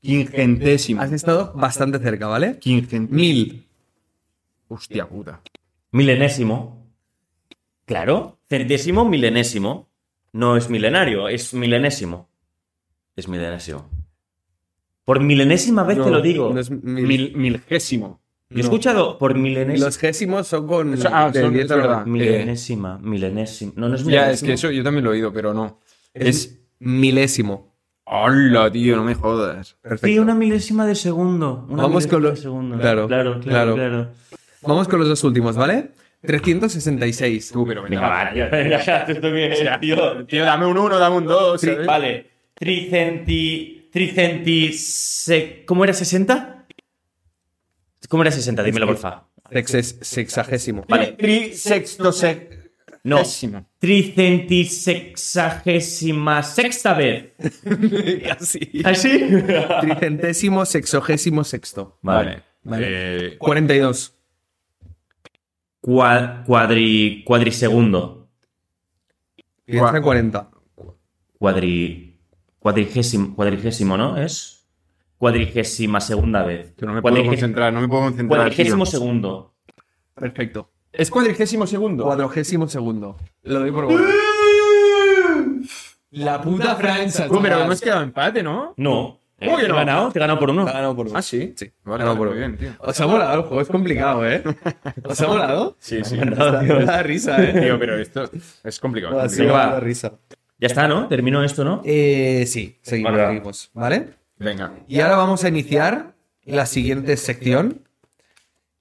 Quingentésimo. Has estado bastante cerca, ¿vale? Quingentésimo. Mil. Hostia puta. Milenésimo. Claro. Centésimo, milenésimo. No es milenario, es milenésimo. Es milenésimo. Por milenésima vez te lo digo. No es mil. Mil, milgésimo. Yo he escuchado por milenésima. Los gésimos son con. Eso- ah, de son- 10 a es verdad. Milenésima, milenésima. No, no es milenésima. Ya, es que eso yo también lo he oído, pero no. Es milésimo. Hola, tío, no me jodas. Perfecto. Sí, una milésima de segundo. Una Vamos milésima con lo- de segundo. claro, claro, claro. claro. claro. Vamos con los dos últimos, ¿ale? 366. Tú, pero Venga, va, tío. Venga, esto *laughs* que es, tío. Tío, dame un uno, dame un dos. Tri- ¿sabes? Vale. Tricenti. Tricenti. se- ¿Cómo era 60? ¿Cómo era 60? Dímelo, porfa. Sexes- sexagésimo. Vale. Tri sexto sec- No. Seximo. Tricentisexagésima *laughs* sexta vez. Casi. ¿Así? Tricentésimo, sexogésimo, sexto. Vale. Vale. Eh, 42. Cua- cuadri, cuadrisegundo. Piensa Guau. en 40. Cuadri, cuadrigésimo, cuadrigésimo, ¿no? ¿Es? Cuadrigésima segunda vez. Yo no me puedo Cuadrige- concentrar, no me puedo concentrar. Cuadrigésimo tío. segundo. Perfecto. Es cuadrigésimo segundo. Cuadragésimo segundo. Lo doy por bueno. La puta Francia. Tú, Uh, pero hemos quedado empate, ¿no? No. ¿Cómo que ¿Te he no? ganado? Te he ganado por uno. Ha ganado por uno. Ah, sí. Sí, Vale, ganado por vale, muy uno. bien, tío. Os ha molado, el juego es complicado, ¿eh? Os ha *laughs* molado. Sí, sí. Me ha encantado, tío. Me da risa, ¿eh? Tío, pero esto es complicado. es Sí, me complicado. va. da risa. Ya está, ¿no? Terminó esto, ¿no? Eh, sí, seguimos, Vale. seguimos, ¿vale? Venga. Y ahora vamos a iniciar la siguiente sección,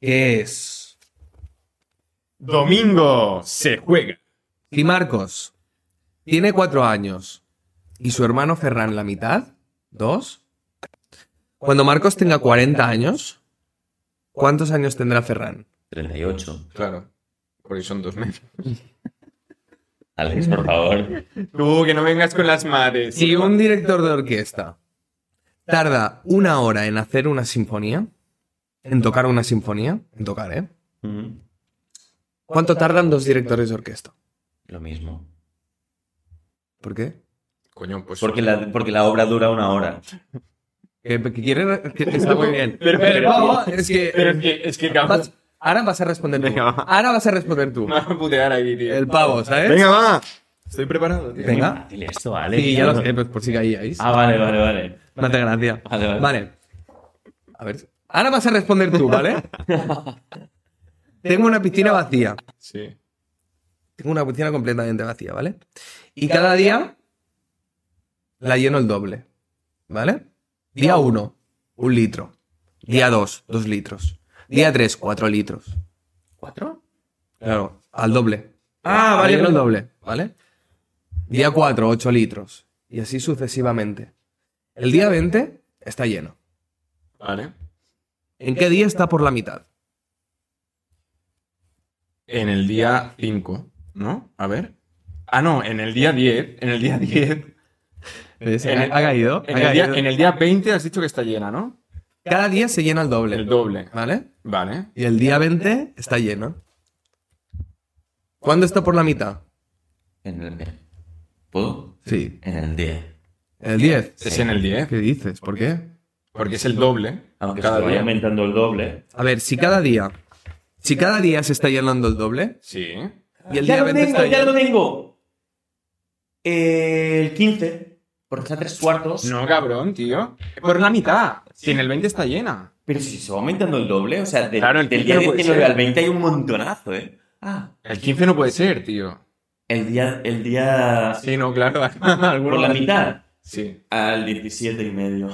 que es... Domingo se juega. Si Marcos tiene cuatro años y su hermano Ferran la mitad, dos, cuando Marcos tenga 40 años, ¿cuántos años tendrá Ferran? 38. Claro. Porque son dos meses. Alex, por favor. Tú, que no vengas con las madres. Si un director de orquesta tarda una hora en hacer una sinfonía, en tocar una sinfonía, en tocar, ¿eh? Mm, ¿Cuánto tardan dos directores de orquesta? Lo mismo. ¿Por qué? Coño, pues. Porque la, porque la obra dura una hora. Que, que quiere- que está muy bien. Pero- pero- no, es que. Pero es que, es que *laughs* cabrón. vas- ahora vas a responder tú. Venga, va. Ahora vas a responder tú. Me van a putear ahí, tío. El pavo, ¿eh? ¿sabes? Venga, va. Estoy preparado, tío. Venga. Dile esto, vale. Sí, ya lo tío. sé, pues por si caíais. Ah, vale, vale, vale. No te gracia. Vale, vale. A ver. Ahora vas a responder tú, ¿vale? *laughs* Tengo una piscina vacía. Sí. Tengo una piscina completamente vacía, ¿vale? Y cada día la lleno el doble, ¿vale? Día 1, un litro. Día 2, dos litros. Día 3, cuatro litros. ¿Cuatro? Claro, al doble. Ah, La vale, lleno el vale. doble, ¿vale? Día 4, 8 litros. Y así sucesivamente. El día 20 está lleno. Vale. ¿En qué día está por la mitad? En el día 5, ¿no? A ver. Ah, no, en el día 10. En el día 10. En el- ha caído. En el, día, en el día 20 has dicho que está llena, ¿no? Cada día se llena el doble. El doble. ¿Vale? Vale. Y el día 20 está lleno. ¿Cuándo está por la mitad? En el... ¿Puedo? Sí. En el 10. ¿El 10? Es en el 10. ¿Qué dices? ¿Por qué? Porque es el doble. Aunque se cada lo vaya día. aumentando el doble. A ver, si cada día. Si cada día se está llenando el doble. Sí. Y el día 20 está lleno. tengo. El 15. Porque está tres cuartos. No, cabrón, tío. Por Pues, la ah, mitad. Si en el 20 está llena. Pero si se va aumentando el doble, o sea, del- Claro, el del 15 día no puede 19 ser. al 20 hay un montonazo, ¿eh? Ah. El 15 no puede ser, tío. El día, el día Sí, *laughs* no, claro. Alguno por la mitad Sí. al 17 y medio.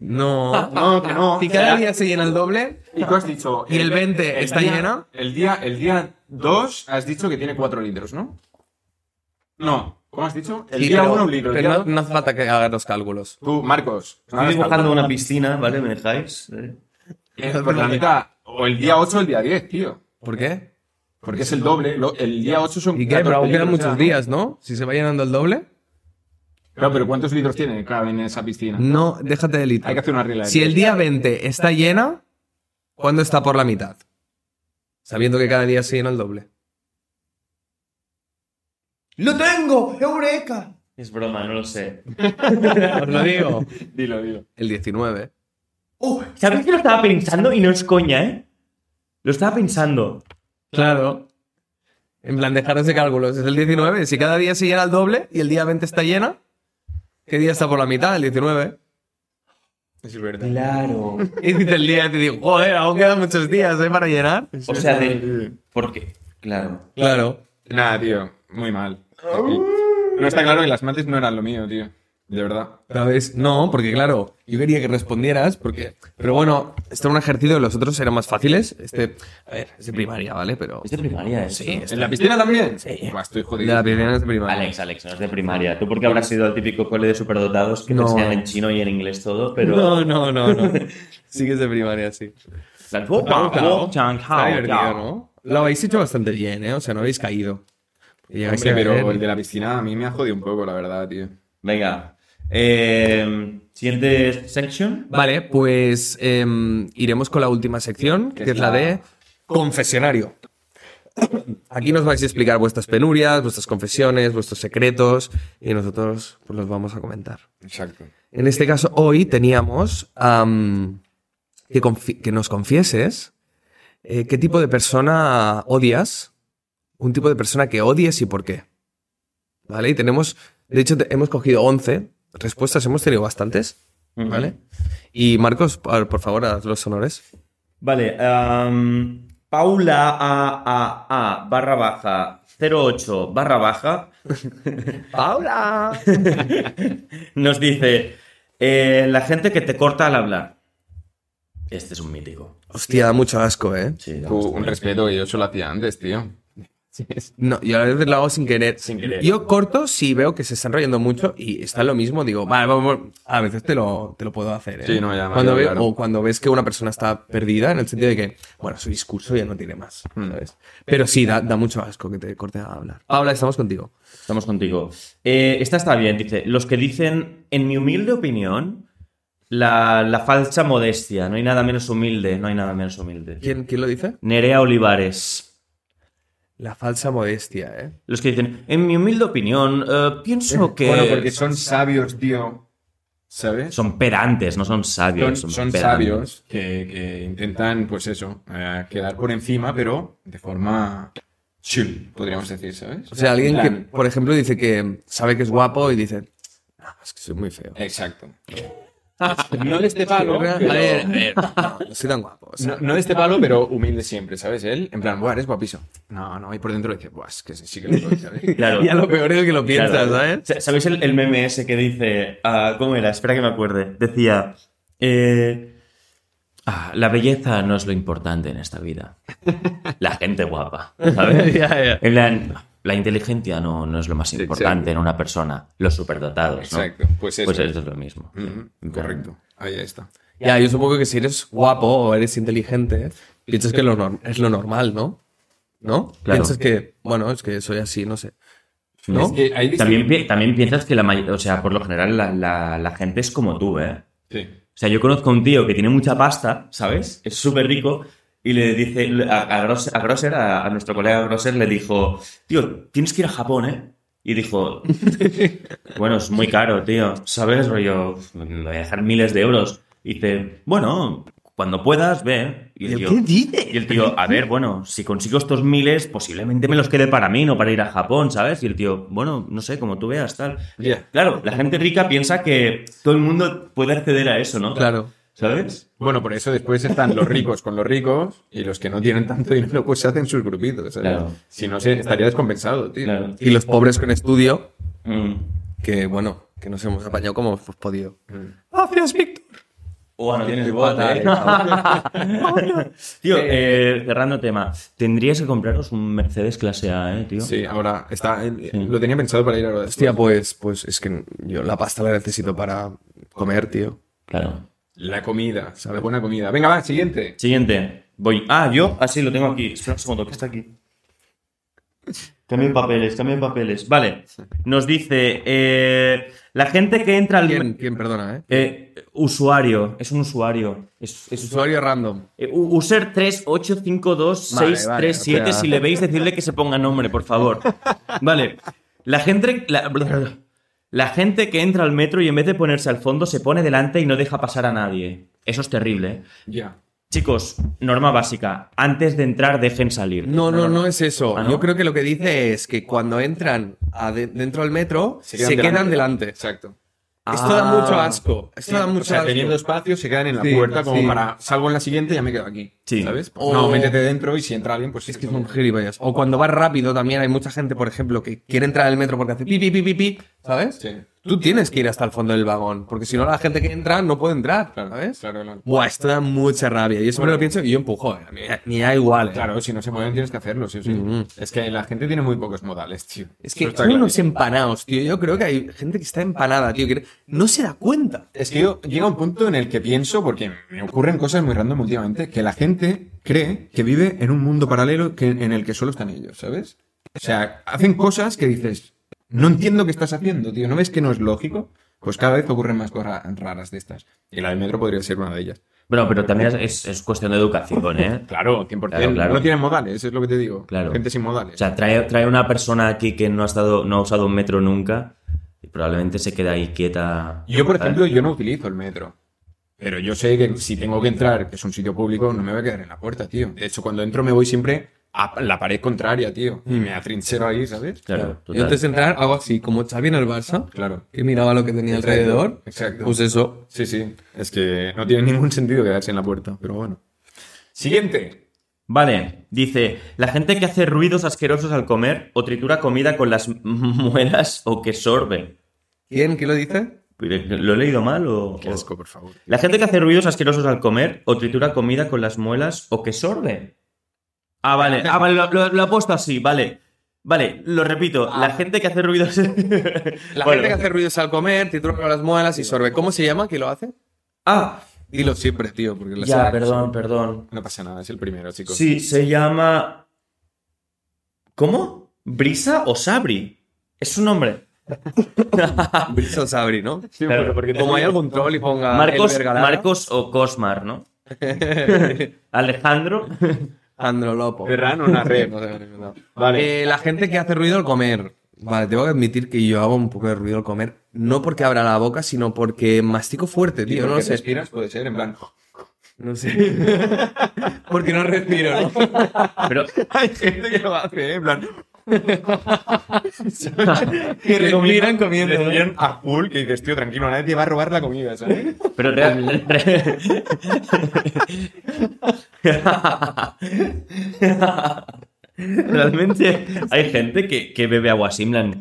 No. No, que no. Si cada día se llena el doble. Y tú has dicho. ¿Y el 20 está día- lleno? El día, el día 2 has dicho que tiene 4 litros, ¿no? No. ¿Cómo has dicho? El Sí, día pero- 1 un litro. el Pero día no, no hace falta que hagas los cálculos. Tú, Marcos, Ah, Estoy dibujando una piscina, ¿vale? ¿Me dejáis? Eh, eh, por la mitad. O el día 8 o el día 10, tío. ¿Por qué? Porque es el doble. lo- el día 8 son. ¿Y qué? 14 Pero aún quedan litros, o muchos sea, días, ¿no? Si se va llenando el doble. Claro, pero ¿cuántos litros tiene, claro, en esa piscina? No, déjate de litro. Hay que hacer una regla. de Mm. Si tres. el día 20 está llena, ¿cuándo está por la mitad? Sabiendo que cada día se llena el doble. ¡Lo tengo! ¡Eureka! Es broma, no lo sé. Os lo digo. Dilo, dilo. El 19. Oh, Uh, ¿Sabéis que lo estaba pensando? Y no es coña, ¿eh? Lo estaba pensando. Claro. En plan, dejaros de cálculos. Es el 19. Si cada día se llena el doble y el día 20 está llena, ¿qué día está por la mitad? El 19. Es verdad. Claro. Y dice el día y te digo, joder, aún quedan muchos días ¿eh? para llenar. O sea, de... ¿Por qué? Claro. Claro. Nada, tío. Muy mal. No está claro que las mates no eran lo mío, tío. De verdad. ¿Sabes? No, porque claro, yo quería que respondieras, porque. Pero bueno, este era un ejercicio y los otros eran más fáciles. Este, a ver, es de primaria, ¿vale? Pero. Es de primaria, ¿eh? Sí, es ¿En la piscina también? Sí. Buah, estoy de jodido. la primaria es de primaria. Alex, Alex, no es de primaria. Tú porque habrás sido el típico cole de superdotados que te No. enseñan en chino y en inglés todo, pero... No, no, no, no. sí que es de primaria, sí. La- Está Ah, divertido, ¿no? Lo habéis hecho bastante bien, ¿eh? O sea, no habéis caído. Llegáis Hombre, a pero ver- el de la piscina a mí me ha jodido un poco, la verdad, tío. Venga. Eh, Siguiente section. Vale, pues em, iremos con la última sección, que es la de confesionario. Aquí nos vais a explicar vuestras penurias, vuestras confesiones, vuestros secretos y nosotros pues, los vamos a comentar. Exacto. En este caso, hoy teníamos am, que, confi- que nos confieses eh, qué tipo de persona odias, un tipo de persona que odies y por qué. ¿Vale? Y tenemos, de hecho, te- hemos cogido 11 respuestas, hemos tenido bastantes. ¿Vale? Y Marcos, por, por favor, haz los honores. Vale. am, Paula AAA barra baja 08 barra baja ¡Paula! nos dice eh, la gente que te corta al hablar. Este es un mítico. Hostia, da mucho asco, ¿eh? Sí, Tú, un respeto que yo solo hacía antes, tío. No, yo a veces lo hago sin querer. Sin querer. Yo corto si veo que se están rayando mucho y está lo mismo, digo, vale, vamos, vamos". a veces te lo, te lo puedo hacer. ¿eh? Sí, no, ya me cuando ha veo, quedado claro. O cuando ves que una persona está perdida, en el sentido de que, bueno, su discurso ya no tiene más, Mm. ¿sabes? Pero sí, da, da mucho asco que te corte a hablar. Paula, estamos contigo. Estamos contigo. Eh, esta está bien, dice. Los que dicen, en mi humilde opinión, la, la falsa modestia. No hay nada menos humilde, no hay nada menos humilde. ¿Quién, ¿Quién lo dice? Nerea Olivares. La falsa modestia, ¿eh? *laughs* Los que dicen, en mi humilde opinión, eh, pienso que... Bueno, porque son sabios, tío. ¿sabes? Son pedantes, no son Son, sabios. son pedantes. sabios que, que intentan, pues eso, eh, quedar por encima, pero de forma chill, podríamos decir, ¿sabes? O sea, alguien que, Plan, por ejemplo, dice que sabe que es guapo y dice, "Ah, es que soy muy feo. *laughs* Exacto. No de este palo, A pero- ver, a ver, no, no soy tan guapo. o sea, No, *laughs* no de este palo, pero humilde siempre, ¿sabes? Él, en plan, buah, eres guapísimo. No, no, y por dentro dice, buah, es que sí, sí que lo soy, ¿sabes? Claro. Ya lo peor es que lo piensas, Claro. ¿sabes? Sa- ¿Sabéis el, el meme ese que dice. ah, ¿Cómo era? Espera que me acuerde. Decía. eh, ah, la belleza no es lo importante en esta vida. La gente guapa. *laughs* ¿Sabes? Ya, ya. En plan, la inteligencia no, no es lo más importante en una persona. Los superdotados, ¿no? Exacto, pues eso. Pues eso es lo mismo. Ujú, Mm, correcto, ahí está. Ya, yo supongo que si eres guapo o eres inteligente, piensas que lo norm- es lo normal, ¿no? ¿No? Claro. Piensas que, bueno, es que soy así, no sé. ¿No? Es que ahí dice- También, pi- también piensas que la mayoría. O sea, por lo general, la, la- la gente es como tú, ¿eh? Sí. O sea, yo conozco a un tío que tiene mucha pasta, ¿sabes? Es súper rico. Y le dice a, a Gros- a Grosser, a, a nuestro colega Grosser, le dijo, tío, tienes que ir a Japón, ¿eh? Y dijo, bueno, es muy caro, tío, ¿sabes? Rollo, me voy a dejar miles de euros. Y dice, bueno, cuando puedas, ve. Y el tío, y el tío, a ver, bueno, si consigo estos miles, posiblemente me los quede para mí, no para ir a Japón, ¿sabes? Y el tío, bueno, no sé, como tú veas, tal. Ya. Claro, la gente rica piensa que todo el mundo puede acceder a eso, ¿no? Claro. ¿Sabes? Bueno, por eso después están los ricos con los ricos y los que no tienen tanto dinero pues se hacen sus grupitos, ¿sabes? Claro. Si no, se estaría descompensado, tío. Claro. Y los pobres con estudio, Mm. que bueno, que nos hemos apañado como hemos podido. Gracias, Víctor. Oh, no tienes Qué bota, fatal, ¿eh? cabrón. *laughs* Tío, eh, cerrando tema, tendrías que compraros un Mercedes clase A, ¿eh, tío? Sí, ahora está... eh, Lo tenía pensado para ir a lo de... Hostia, pues, pues es que yo la pasta la necesito para comer, tío. Claro. La comida, ¿sabes? Buena comida. Venga, va, siguiente. Siguiente. Voy. Ah, yo. Ah, sí, lo tengo aquí. Espera un segundo, que está aquí. Cambien papeles, cambien papeles. Vale. Nos dice. eh, la gente que entra al. ¿Quién, quién perdona, eh? Eh, usuario. Es un usuario. Es, es usuario. Usuario random. Eh, u- user 3852637. Vale, vale, o sea- Si le veis, decirle que se ponga nombre, *laughs* por favor. Vale. La gente. La, la gente que entra al metro y en vez de ponerse al fondo se pone delante y no deja pasar a nadie. Eso es terrible. ¿eh? Ya. Chicos, norma básica. Antes de entrar, dejen salir. No, no, no es eso. ¿Ah, no? Yo creo que lo que dice es que cuando entran a de- dentro del metro, se quedan, delante. Exacto. Esto da Ah. mucho asco. Esto da mucho o sea, asco. teniendo espacio se quedan en la Sí, puerta como sí. para salgo en la siguiente ya me quedo aquí. Sí. ¿Sabes? O- No, métete dentro y si entra alguien, pues Es que son gilipollas. O cuando vas rápido también hay mucha gente, por ejemplo, que quiere entrar al metro porque hace pi, pi, pi, pi, pi, ¿sabes? Sí. Tú tienes que ir hasta el fondo del vagón, porque si no la gente que entra no puede entrar, Claro, ¿sabes? claro, claro. Buah, esto da mucha rabia. Yo siempre lo pienso y yo empujo, eh. A mí Ni da igual, eh. Claro, si no se mueven tienes que hacerlo, sí o sí. Es que la gente tiene muy pocos modales, tío. Mm. Es que Eso está son claro. unos empanados, tío. Yo creo que hay gente que está empanada, tío, que no se da cuenta. Es que yo llega un punto en el que pienso, porque me ocurren cosas muy random últimamente, que la gente cree que vive en un mundo paralelo que, en el que solo están ellos, ¿sabes? O sea, hacen cosas que dices, no entiendo qué estás haciendo, tío, ¿no ves que no es lógico? Pues cada vez ocurren más cosas raras de estas. Y la del metro podría ser una de ellas. Bueno, pero también es, es cuestión de educación, ¿eh? Claro, 100%. Claro, claro. No tienen modales, es lo que te digo. Claro. Gente sin modales. O sea, trae, trae una persona aquí que no ha, estado, no ha usado un metro nunca y probablemente se queda ahí quieta. yo, por ¿sabes? ejemplo, yo no utilizo el metro. Pero yo sé que si tengo que entrar, que es un sitio público, no me voy a quedar en la puerta, tío. De hecho, cuando entro me voy siempre a la pared contraria, tío. Y me atrinchero ahí, ¿sabes? Claro, Yo total. antes de entrar hago así, como Xavi en el Barça, Claro. que miraba lo que tenía Exacto, alrededor. exacto. Pues eso. Sí, sí. Es que no tiene ningún sentido quedarse en la puerta, pero bueno. Siguiente. Vale, dice, la gente que hace ruidos asquerosos al comer o tritura comida con las muelas o que sorbe. ¿Quién? ¿Qué lo dice? ¿Lo he leído mal o...? Qué asco, por favor. La gente que hace ruidos asquerosos al comer o tritura comida con las muelas o que sorbe. Ah, vale. Ah, vale, lo, lo- lo ha puesto así, vale. Vale, lo repito. La gente que hace ruidos... Ah. *laughs* *laughs* La Bueno. gente que hace ruidos al comer, te truca las muelas y sorbe. ¿Cómo se llama? ¿Quién lo hace? Ah, Dilo siempre, tío, porque lo ya, sabes. perdón, perdón. No pasa nada, es el primero, chicos. Sí, se llama... ¿Cómo? ¿Brisa o Sabri? Es su nombre. Brisa o Sabri, ¿no? Sí, Claro. pero eh, porque Como hay algún troll y ponga. Marcos, el Bergalana, Marcos o Cosmar, ¿no? *laughs* Alejandro. Andro Lopo. Eh, Ferran o una red. No sé, no. Vale. Eh, la gente que hace ruido al comer. Vale, tengo que admitir que yo hago un poco de ruido al comer. no porque abra la boca, sino porque mastico fuerte, tío. No lo sé. respiras puede ser, en plan. No sé. *laughs* porque no respiro, ¿no? Pero Hay gente que lo hace, ¿eh? en plan. Que respiran comiendo, ¿no? respiran a full que dices, tío, tranquilo, nadie te va a robar la comida, ¿sabes? Pero real- re- *laughs* realmente hay gente que, que bebe agua así, en plan,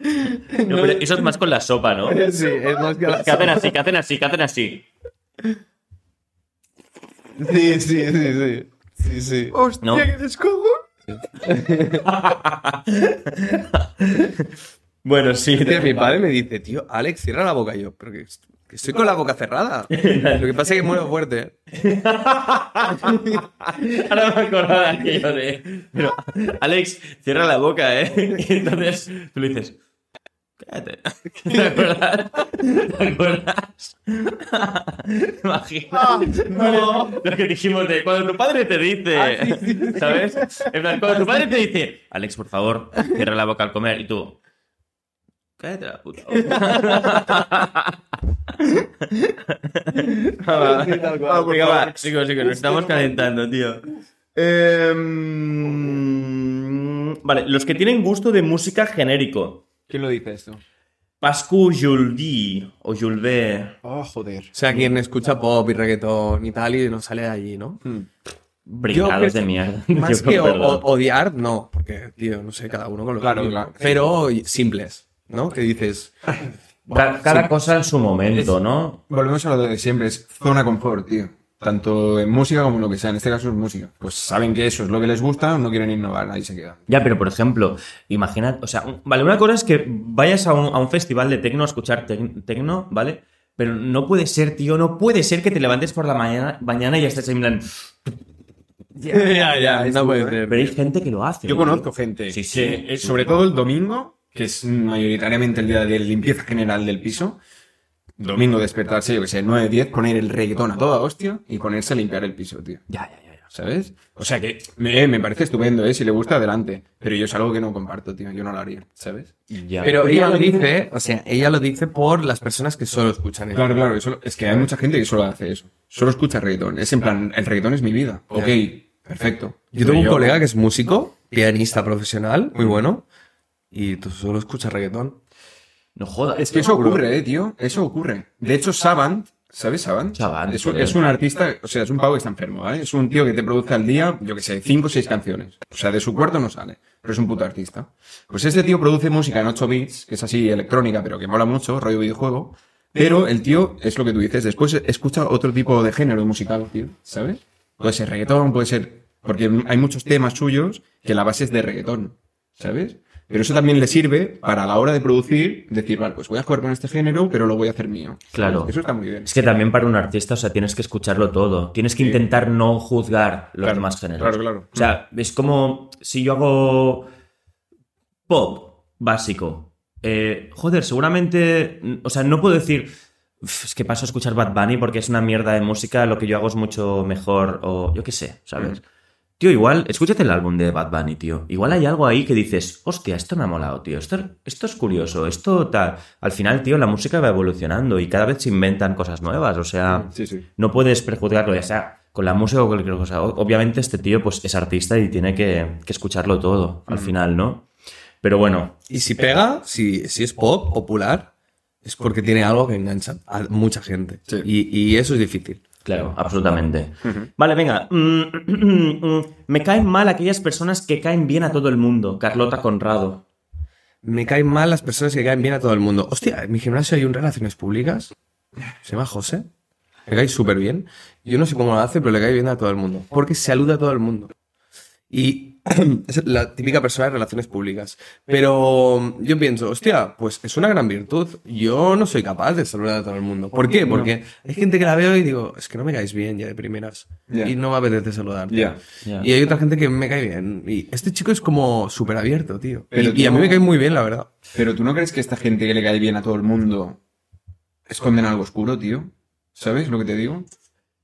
No, pero eso es más con la sopa, ¿no? Sí, es más que la- Que hacen así, que hacen así, que hacen así. Sí, sí, sí, sí. Sí, sí. ¡Hostia, No. qué descojo! *laughs* Bueno, sí. Entonces, Este mi padre me dice, tío, Alex, cierra la boca. Y yo, pero que, que estoy con la boca cerrada. Lo que pasa es que muero fuerte. Ahora me acordaba de aquello de. Pero, Alex, cierra la boca, ¿eh? *laughs* Y entonces tú le dices. Cállate. *laughs* ¿Te acuerdas? ¿Te acuerdas? *laughs* ¿Te imaginas? no. Lo que dijimos de cuando tu padre te dice. ¿Sabes? En plan, cuando tu padre te dice, Alex, por favor, cierra la boca al comer. Y tú. Cállate la puta. boca". Ah, por Venga, favor. va, chicos, chicos, nos estamos calentando, tío. Em, Vale, los que tienen gusto de música genérico. ¿Quién lo dice esto? Pascu Juldi o Julvé. Oh, joder. O sea, quien escucha pop y reggaetón y tal y no sale de allí, ¿no? Brigados Yo, de mierda. *laughs* Más Yo, que o- perdón. o- odiar, no, porque, tío, no sé, cada uno con lo Claro, que claro. Pero simples, ¿no? Que dices, Ca- cada cosa en su momento, ¿no? Volvemos a lo de siempre, es zona confort, tío. Tanto en música como en lo que sea, en este caso es música. Pues saben que eso es lo que les gusta, no quieren innovar, ahí se quedan. Ya, pero por ejemplo, imagina, o sea, un- vale, una cosa es que vayas a un, a un festival de tecno a escuchar tec- tecno, ¿vale? Pero no puede ser, tío, no puede ser que te levantes por la mañana, mañana y ya estés en plan. *laughs* ya, Ah, ya, no pues, puede ser. Pero hay gente que lo hace. Yo tío. conozco gente, Sí, sí. que, eh, sobre todo el domingo, que es mayoritariamente el día de limpieza general del piso. Domingo despertarse, yo que sé, 9, 10, poner el reggaetón a toda hostia y ponerse a limpiar el piso, tío. Ya, ya, ya. ya. ¿Sabes? O sea que me, me parece estupendo, ¿eh? Si le gusta, adelante. Pero yo es algo que no comparto, tío. Yo no lo haría, ¿sabes? Ya. Pero ella lo dice, o sea, ella lo dice por las personas que solo escuchan eso. Claro, claro. eso- es que hay mucha gente que solo hace eso. Solo escucha reggaetón. Es en plan, el reggaetón es mi vida. Ok, perfecto. Yo tengo un colega que es músico, pianista profesional, muy bueno, y tú solo escuchas reggaetón. No jodas. Es que eso ocurre, eh, tío. Eso ocurre. De hecho, Savant, ¿sabes Savant? Savant, Es un, joder. es un artista, o sea, es un pavo que está enfermo, ¿vale? Es un tío que te produce al día, yo que sé, cinco o seis canciones. O sea, de su cuarto no sale, pero es un puto artista. Pues este tío produce música en 8 bits, que es así electrónica, pero que mola mucho, rollo videojuego. Pero el tío, es lo que tú dices, después escucha otro tipo de género musical, tío, ¿sabes? Puede ser reggaetón, puede ser... Porque hay muchos temas suyos que la base es de reggaetón. ¿sabes? Pero eso también le sirve para a la hora de producir, decir, vale, pues voy a jugar con este género, pero lo voy a hacer mío. Claro. Eso está muy bien. Es que también para un artista, o sea, tienes que escucharlo todo. Tienes que intentar no juzgar los Claro, demás géneros. claro, claro. O sea, es como si yo hago pop básico. eh, joder, seguramente, mm, o sea, no puedo decir, "Uf, es que paso a escuchar Bad Bunny porque es una mierda de música, lo que yo hago es mucho mejor, o yo qué sé, ¿sabes? Tío, igual, escúchate el álbum de Bad Bunny, tío. Igual hay algo ahí que dices, hostia, esto me ha molado, tío. Esto, esto es curioso, esto tal. Al final, tío, la música va evolucionando y cada vez se inventan cosas nuevas. O sea, Sí, sí. no puedes prejuzgarlo, ya sea con la música o cualquier cosa. O- Obviamente este tío pues es artista y tiene que, que escucharlo todo al final, ¿no? Pero bueno, Y si pega, si, si es pop, popular, es porque tiene algo que engancha a mucha gente. Sí. Y, y eso es difícil. claro, absolutamente. Vale, venga. Mm, mm, Me caen mal aquellas personas que caen bien a todo el mundo. Carlota Conrado. Me caen mal las personas que caen bien a todo el mundo. Hostia, en mi gimnasio hay un relaciones públicas. Se llama José. Me cae súper bien. Yo no sé cómo lo hace, pero le cae bien a todo el mundo. Porque saluda a todo el mundo. Y *clears throat* es la típica persona de relaciones públicas. Pero yo pienso, hostia, pues es una gran virtud. Yo no soy capaz de saludar a todo el mundo. ¿Por qué? Porque hay gente que la veo y digo, es que no me caes bien ya de primeras. Ya. Y no me apetece saludar. Ya. Ya. Y hay otra gente que me cae bien. Y este chico es como súper abierto, tío. Pero Y, y a mí tú- me cae muy bien, la verdad. Pero tú no crees que esta gente que le cae bien a todo el mundo esconden algo oscuro, tío? ¿Sabes lo que te digo?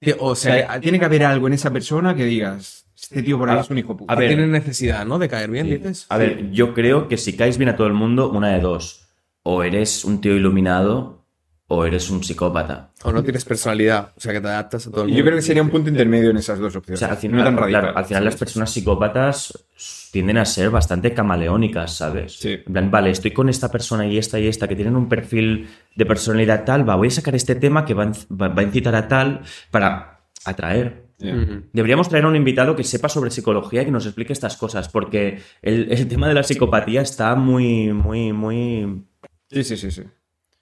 Que, o O sea, sea, tiene que haber algo en esa persona que digas, este tío por ahí A- es un hijo puta. Ah, a ver. tienen necesidad, ¿no? De caer bien, dices. A ver, yo creo que si caes bien a todo el mundo, una de dos. O eres un tío iluminado o eres un psicópata. O no tienes personalidad. O sea, que te adaptas a todo el mundo. Yo creo que sería un punto intermedio en esas dos O opciones. sea, al final, no tan radical. claro, al final las personas psicópatas tienden a ser bastante camaleónicas, ¿sabes? Sí. En plan, vale, estoy con esta persona y esta y esta que tienen un perfil de personalidad tal, va, voy a sacar este tema que va, a enc- va- va a incitar a tal para atraer. Ya. Ujú. Deberíamos traer a un invitado que sepa sobre psicología y que nos explique estas cosas, porque el, el tema de la psicopatía está muy, muy, muy... Sí, sí, sí, sí.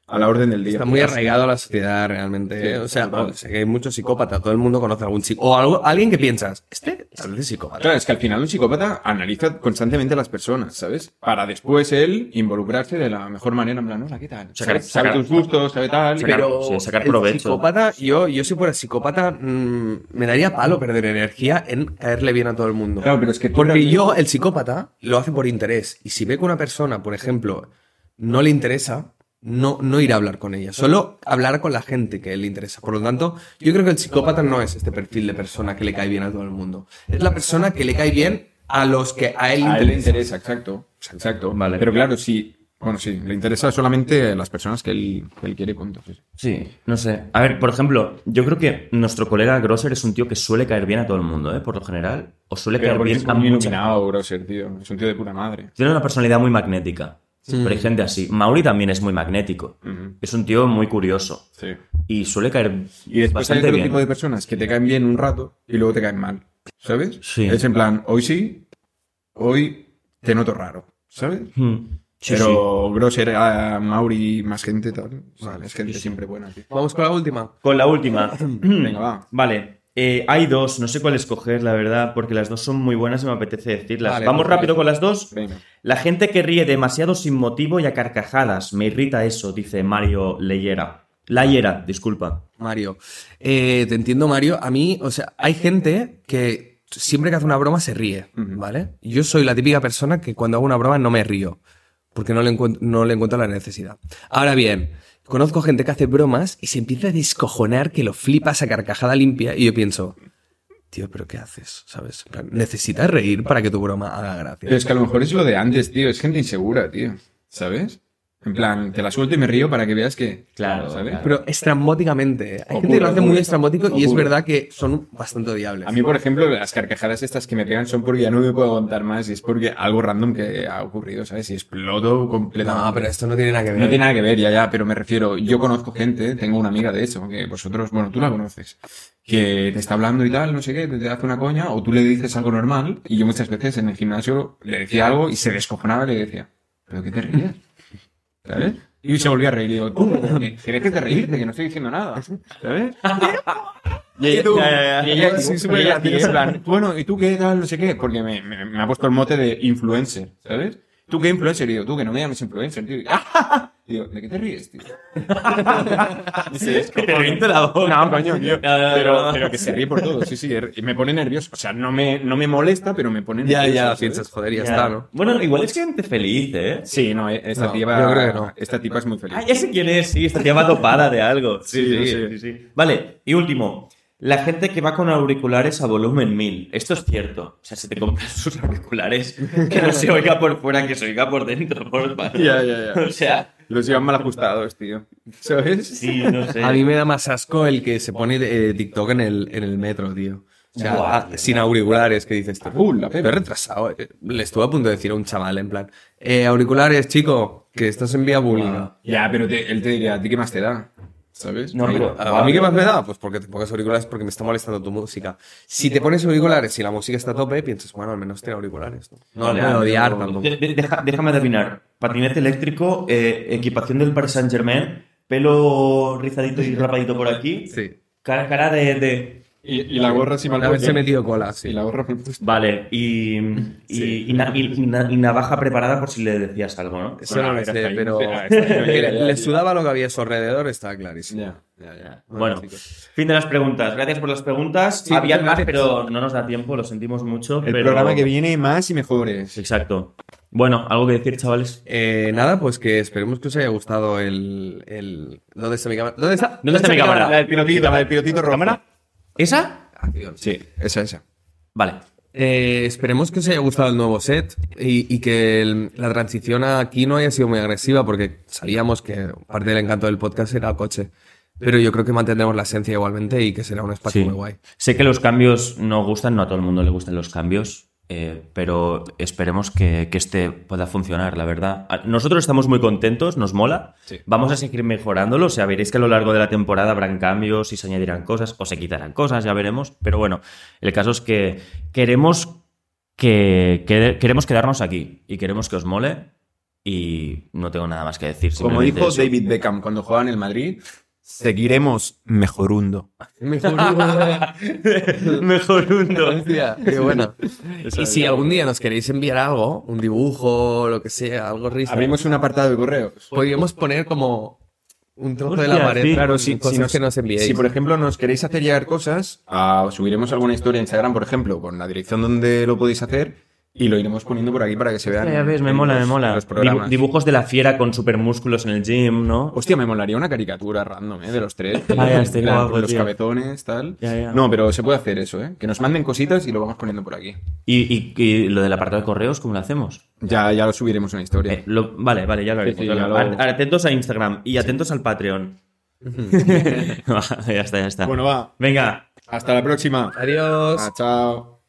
A la orden del día. Está muy arraigado a la sociedad realmente. ¿eh? o sea, total. o sea, que hay muchos psicópatas. Todo el mundo conoce a algún psicópata. O algo- alguien que piensas, este tal vez es psicópata. Claro, es que al final un psicópata analiza constantemente a las personas, ¿sabes? Para después él involucrarse de la mejor manera, en plan, hola, ¿qué tal? Sacar- ¿Sabes? sabe sacar- tus gustos, sabe tal. sacar- pero... Pero sí, sacar el provecho. psicópata, yo, yo si fuera psicópata, mm, me daría palo perder energía en caerle bien a todo el mundo. Claro, pero es que tú Porque realmente- yo, el psicópata, lo hace por interés. Y si ve que una persona, por ejemplo, no le interesa, no, no irá a hablar con ella. Solo hablar con la gente que le interesa. Por lo tanto, yo creo que el psicópata no es este perfil de persona que le cae bien a todo el mundo. Es la persona que le cae bien a los que a él le A él le interesa. interesa, exacto. Exacto. Vale. Pero claro, sí. Bueno, sí, le interesa solamente a las personas que él, que él quiere, punto. sí, sí. Sí, no sé. A ver, por ejemplo, yo creo que nuestro colega Grosser es un tío que suele caer bien a todo el mundo, ¿eh? Por lo general. O suele Pero caer porque es bien a muy mucha iluminado, Grosser, tío. Es un tío de puta madre. Tiene una personalidad muy magnética. Pero hay gente así. Mauri también es muy magnético. Ujú. Es un tío muy curioso. Sí. Y suele caer Y después hay bastante otro bien. tipo de personas que te caen bien un rato y luego te caen mal. ¿Sabes? Sí. Es en plan, hoy sí, hoy te noto raro. ¿Sabes? Hmm. Sí, sí. Pero Grosser, a Mauri, más gente, tal. O sea, es gente sí. Hmm. siempre buena. tío. Vamos con la última. Con *clears throat* la última. Venga, va. Vale. eh, hay dos, no sé cuál escoger, la verdad, porque las dos son muy buenas y me apetece decirlas. Vale, Vamos perfecto. rápido con las dos. Venga. La gente que ríe demasiado sin motivo y a carcajadas. Me irrita eso, dice Mario Leyera. Layera, disculpa. Mario. Eh, te entiendo, Mario. A mí, o sea, hay gente que siempre que hace una broma se ríe, Ujú. ¿vale? Yo soy la típica persona que cuando hago una broma no me río, porque no le, encuent- no le encuentro la necesidad. Ahora bien, conozco gente que hace bromas y se empieza a descojonar que lo flipas a carcajada limpia y yo pienso, tío, pero ¿qué haces? ¿Sabes? En plan, Necesitas reír para que tu broma haga gracia. Pero es que a lo mejor es lo de antes, tío. Es gente insegura, tío. ¿Sabes? En plan, te la suelto y me río para que veas que. Claro, ¿sabes? claro. Pero estrambóticamente. ¿eh? Hay gente Ocurre, que lo hace ocurre. muy estrambótico y es Ocurre. verdad que son bastante odiables. A mí, por ejemplo, las carcajadas estas que me pegan son porque ya no me puedo aguantar más y es porque algo random que ha ocurrido, ¿sabes? Y exploto completamente. no, pero esto no tiene nada que ver. No tiene nada que ver, ya, ya, pero me refiero, yo conozco gente, tengo una amiga de hecho, que vosotros, bueno, tú la conoces, que te está hablando y tal, no sé qué, te, te hace una coña, o tú le dices algo normal, y yo muchas veces en el gimnasio le decía algo y se descojonaba y le decía, ¿pero qué te ríes? ¿Sabes? Y se volvía a reír, y digo, tú, tienes que te reírte, que no estoy diciendo nada, ¿sabes? Y ella, Ya, ya, ya. y ella- Sí, súper y ella- y gracioso. en plan, bueno, ¿y tú qué tal? No sé qué, porque me, me- me ha puesto el mote de influencer, ¿sabes? ¿Tú qué influencer? Y digo, tú que no me llames influencer, tío. Y, *laughs* y digo, ¿de qué te ríes, *laughs* tío? Que te reviente la boca. No, coño, tío. No, no, no, Pero, no. pero que se ríe por todo, sí, sí. er- Y me pone nervioso. O sea, no me, no me molesta, pero me pone Ya, nervioso. ya, ¿sabes? piensas, joder, ya, Ya. está, ¿no? Bueno, igual es gente feliz, ¿eh? Sí, no, eh, esta No, tipa. yo creo que no. Esta tipa es muy feliz. Ah, ya sé quién es, sí, estaría más dopada de algo. Sí, Sí, sí, sí. sí, sí. Vale, y último. La gente que va con auriculares a volumen 1000. Esto es cierto. O sea, si te compras *laughs* sus auriculares, que no se oiga por fuera, que se oiga por dentro, por favor. Ya, ya, ya. *laughs* O sea, Los llevan mal ajustados, tío. ¿Sabes? *laughs* sí, no sé. A mí me da más asco el que se pone eh, TikTok en el, en el metro, tío. O sea, Buah, a- sin auriculares, que dices tú. Uh, la Pero pepa. retrasado. eh. Le estuve a punto de decir a un chaval, en plan, eh, auriculares, chico, que estás en vía pública. Ya, pero te- él te diría, ¿a ti qué más te da? ¿Sabes? No, pero- A, a mí qué más me da? Pues porque te pongas auriculares porque me está molestando tu música. Si te pones auriculares y la música está a tope, piensas, bueno, al menos tiene auriculares. No, no Vale, le voy a vale, odiar pero- tampoco. De- de- deja- déjame adivinar. Patinete eléctrico, eh, equipación del Paris Saint Germain, pelo rizadito y rapadito por aquí. Sí. Cara, cara de- de, Y, y la gorra sí mal Una vez se puesta. he metido cola, sí. Y la gorra mal puesta. Vale, y, y, y na- y- y na- y navaja preparada por si le decías algo, ¿no? Eso no Bueno, a lo ver, sé, hasta ahí. pero... Ah, está bien, que ya, le, ya, le ya. sudaba lo que había a su alrededor, estaba clarísimo. Ya, ya, ya. Bueno, fin de las preguntas. Gracias por las preguntas. Sí, Había muchas más, gracias. pero no nos da tiempo, lo sentimos mucho. El pero- programa que viene, más y mejores. Exacto. Bueno, ¿algo que decir, chavales? Eh, nada, pues que esperemos que os haya gustado el. el... ¿Dónde está mi cámara? ¿Dónde está? ¿Dónde está mi cámara? del pilotito, la del pilotito rojo. ¿Esa? Acción. Sí, esa, esa. Vale. Eh, esperemos que os haya gustado el nuevo set y, y que el- la transición aquí no haya sido muy agresiva porque sabíamos que parte del encanto del podcast era el coche. Pero yo creo que mantendremos la esencia igualmente y que será un espacio Sí. muy guay. Sé que los cambios no gustan, no a todo el mundo le gustan los cambios, eh, pero esperemos que, que este pueda funcionar, la verdad. A- Nosotros estamos muy contentos, nos mola. Vamos a seguir mejorándolo. O sea, veréis que a lo largo de la temporada habrán cambios y se añadirán cosas o se quitarán cosas, ya veremos. Pero bueno, el caso es que queremos que, que- queremos quedarnos aquí y queremos que os mole. Y no tengo nada más que decir. Como simplemente dijo eso. *laughs* David Beckham cuando jugaba en el Madrid, seguiremos mejorundo. *laughs* Mejor uno. Qué bueno. Y si algún día nos queréis enviar algo, un dibujo, lo que sea, algo risa, Abrimos un apartado de correos. podríamos poner como un trozo de la Hostia, pared. sí. Claro, si, cosas si nos- que nos enviéis. si, por ejemplo nos queréis hacer llegar cosas, ah, subiremos alguna historia en Instagram, por ejemplo, con la dirección donde lo podéis hacer y lo iremos poniendo por aquí para que se vean. Ya, ya ves, me en mola, los- me mola. en los programas. Dibu- dibujos de la fiera con supermúsculos en el gym, ¿no? Hostia, me molaría una caricatura random, ¿eh? De los tres. Ah, ya, este En plan, guapo, con los tío. cabezones, tal. Ya, ya. No, pero se puede hacer eso, ¿eh? Que nos manden cositas y lo vamos poniendo por aquí. ¿Y, y- y lo del apartado de correos, cómo lo hacemos? Ya, ya lo subiremos una historia. Eh, lo- vale, vale, ya lo Sí, haremos. sí, ya ya lo- lo- At- Atentos a Instagram y atentos *laughs* al Patreon. *laughs* ya está, ya está. Bueno, va. Venga, Hasta la próxima. Adiós. Ah, chao.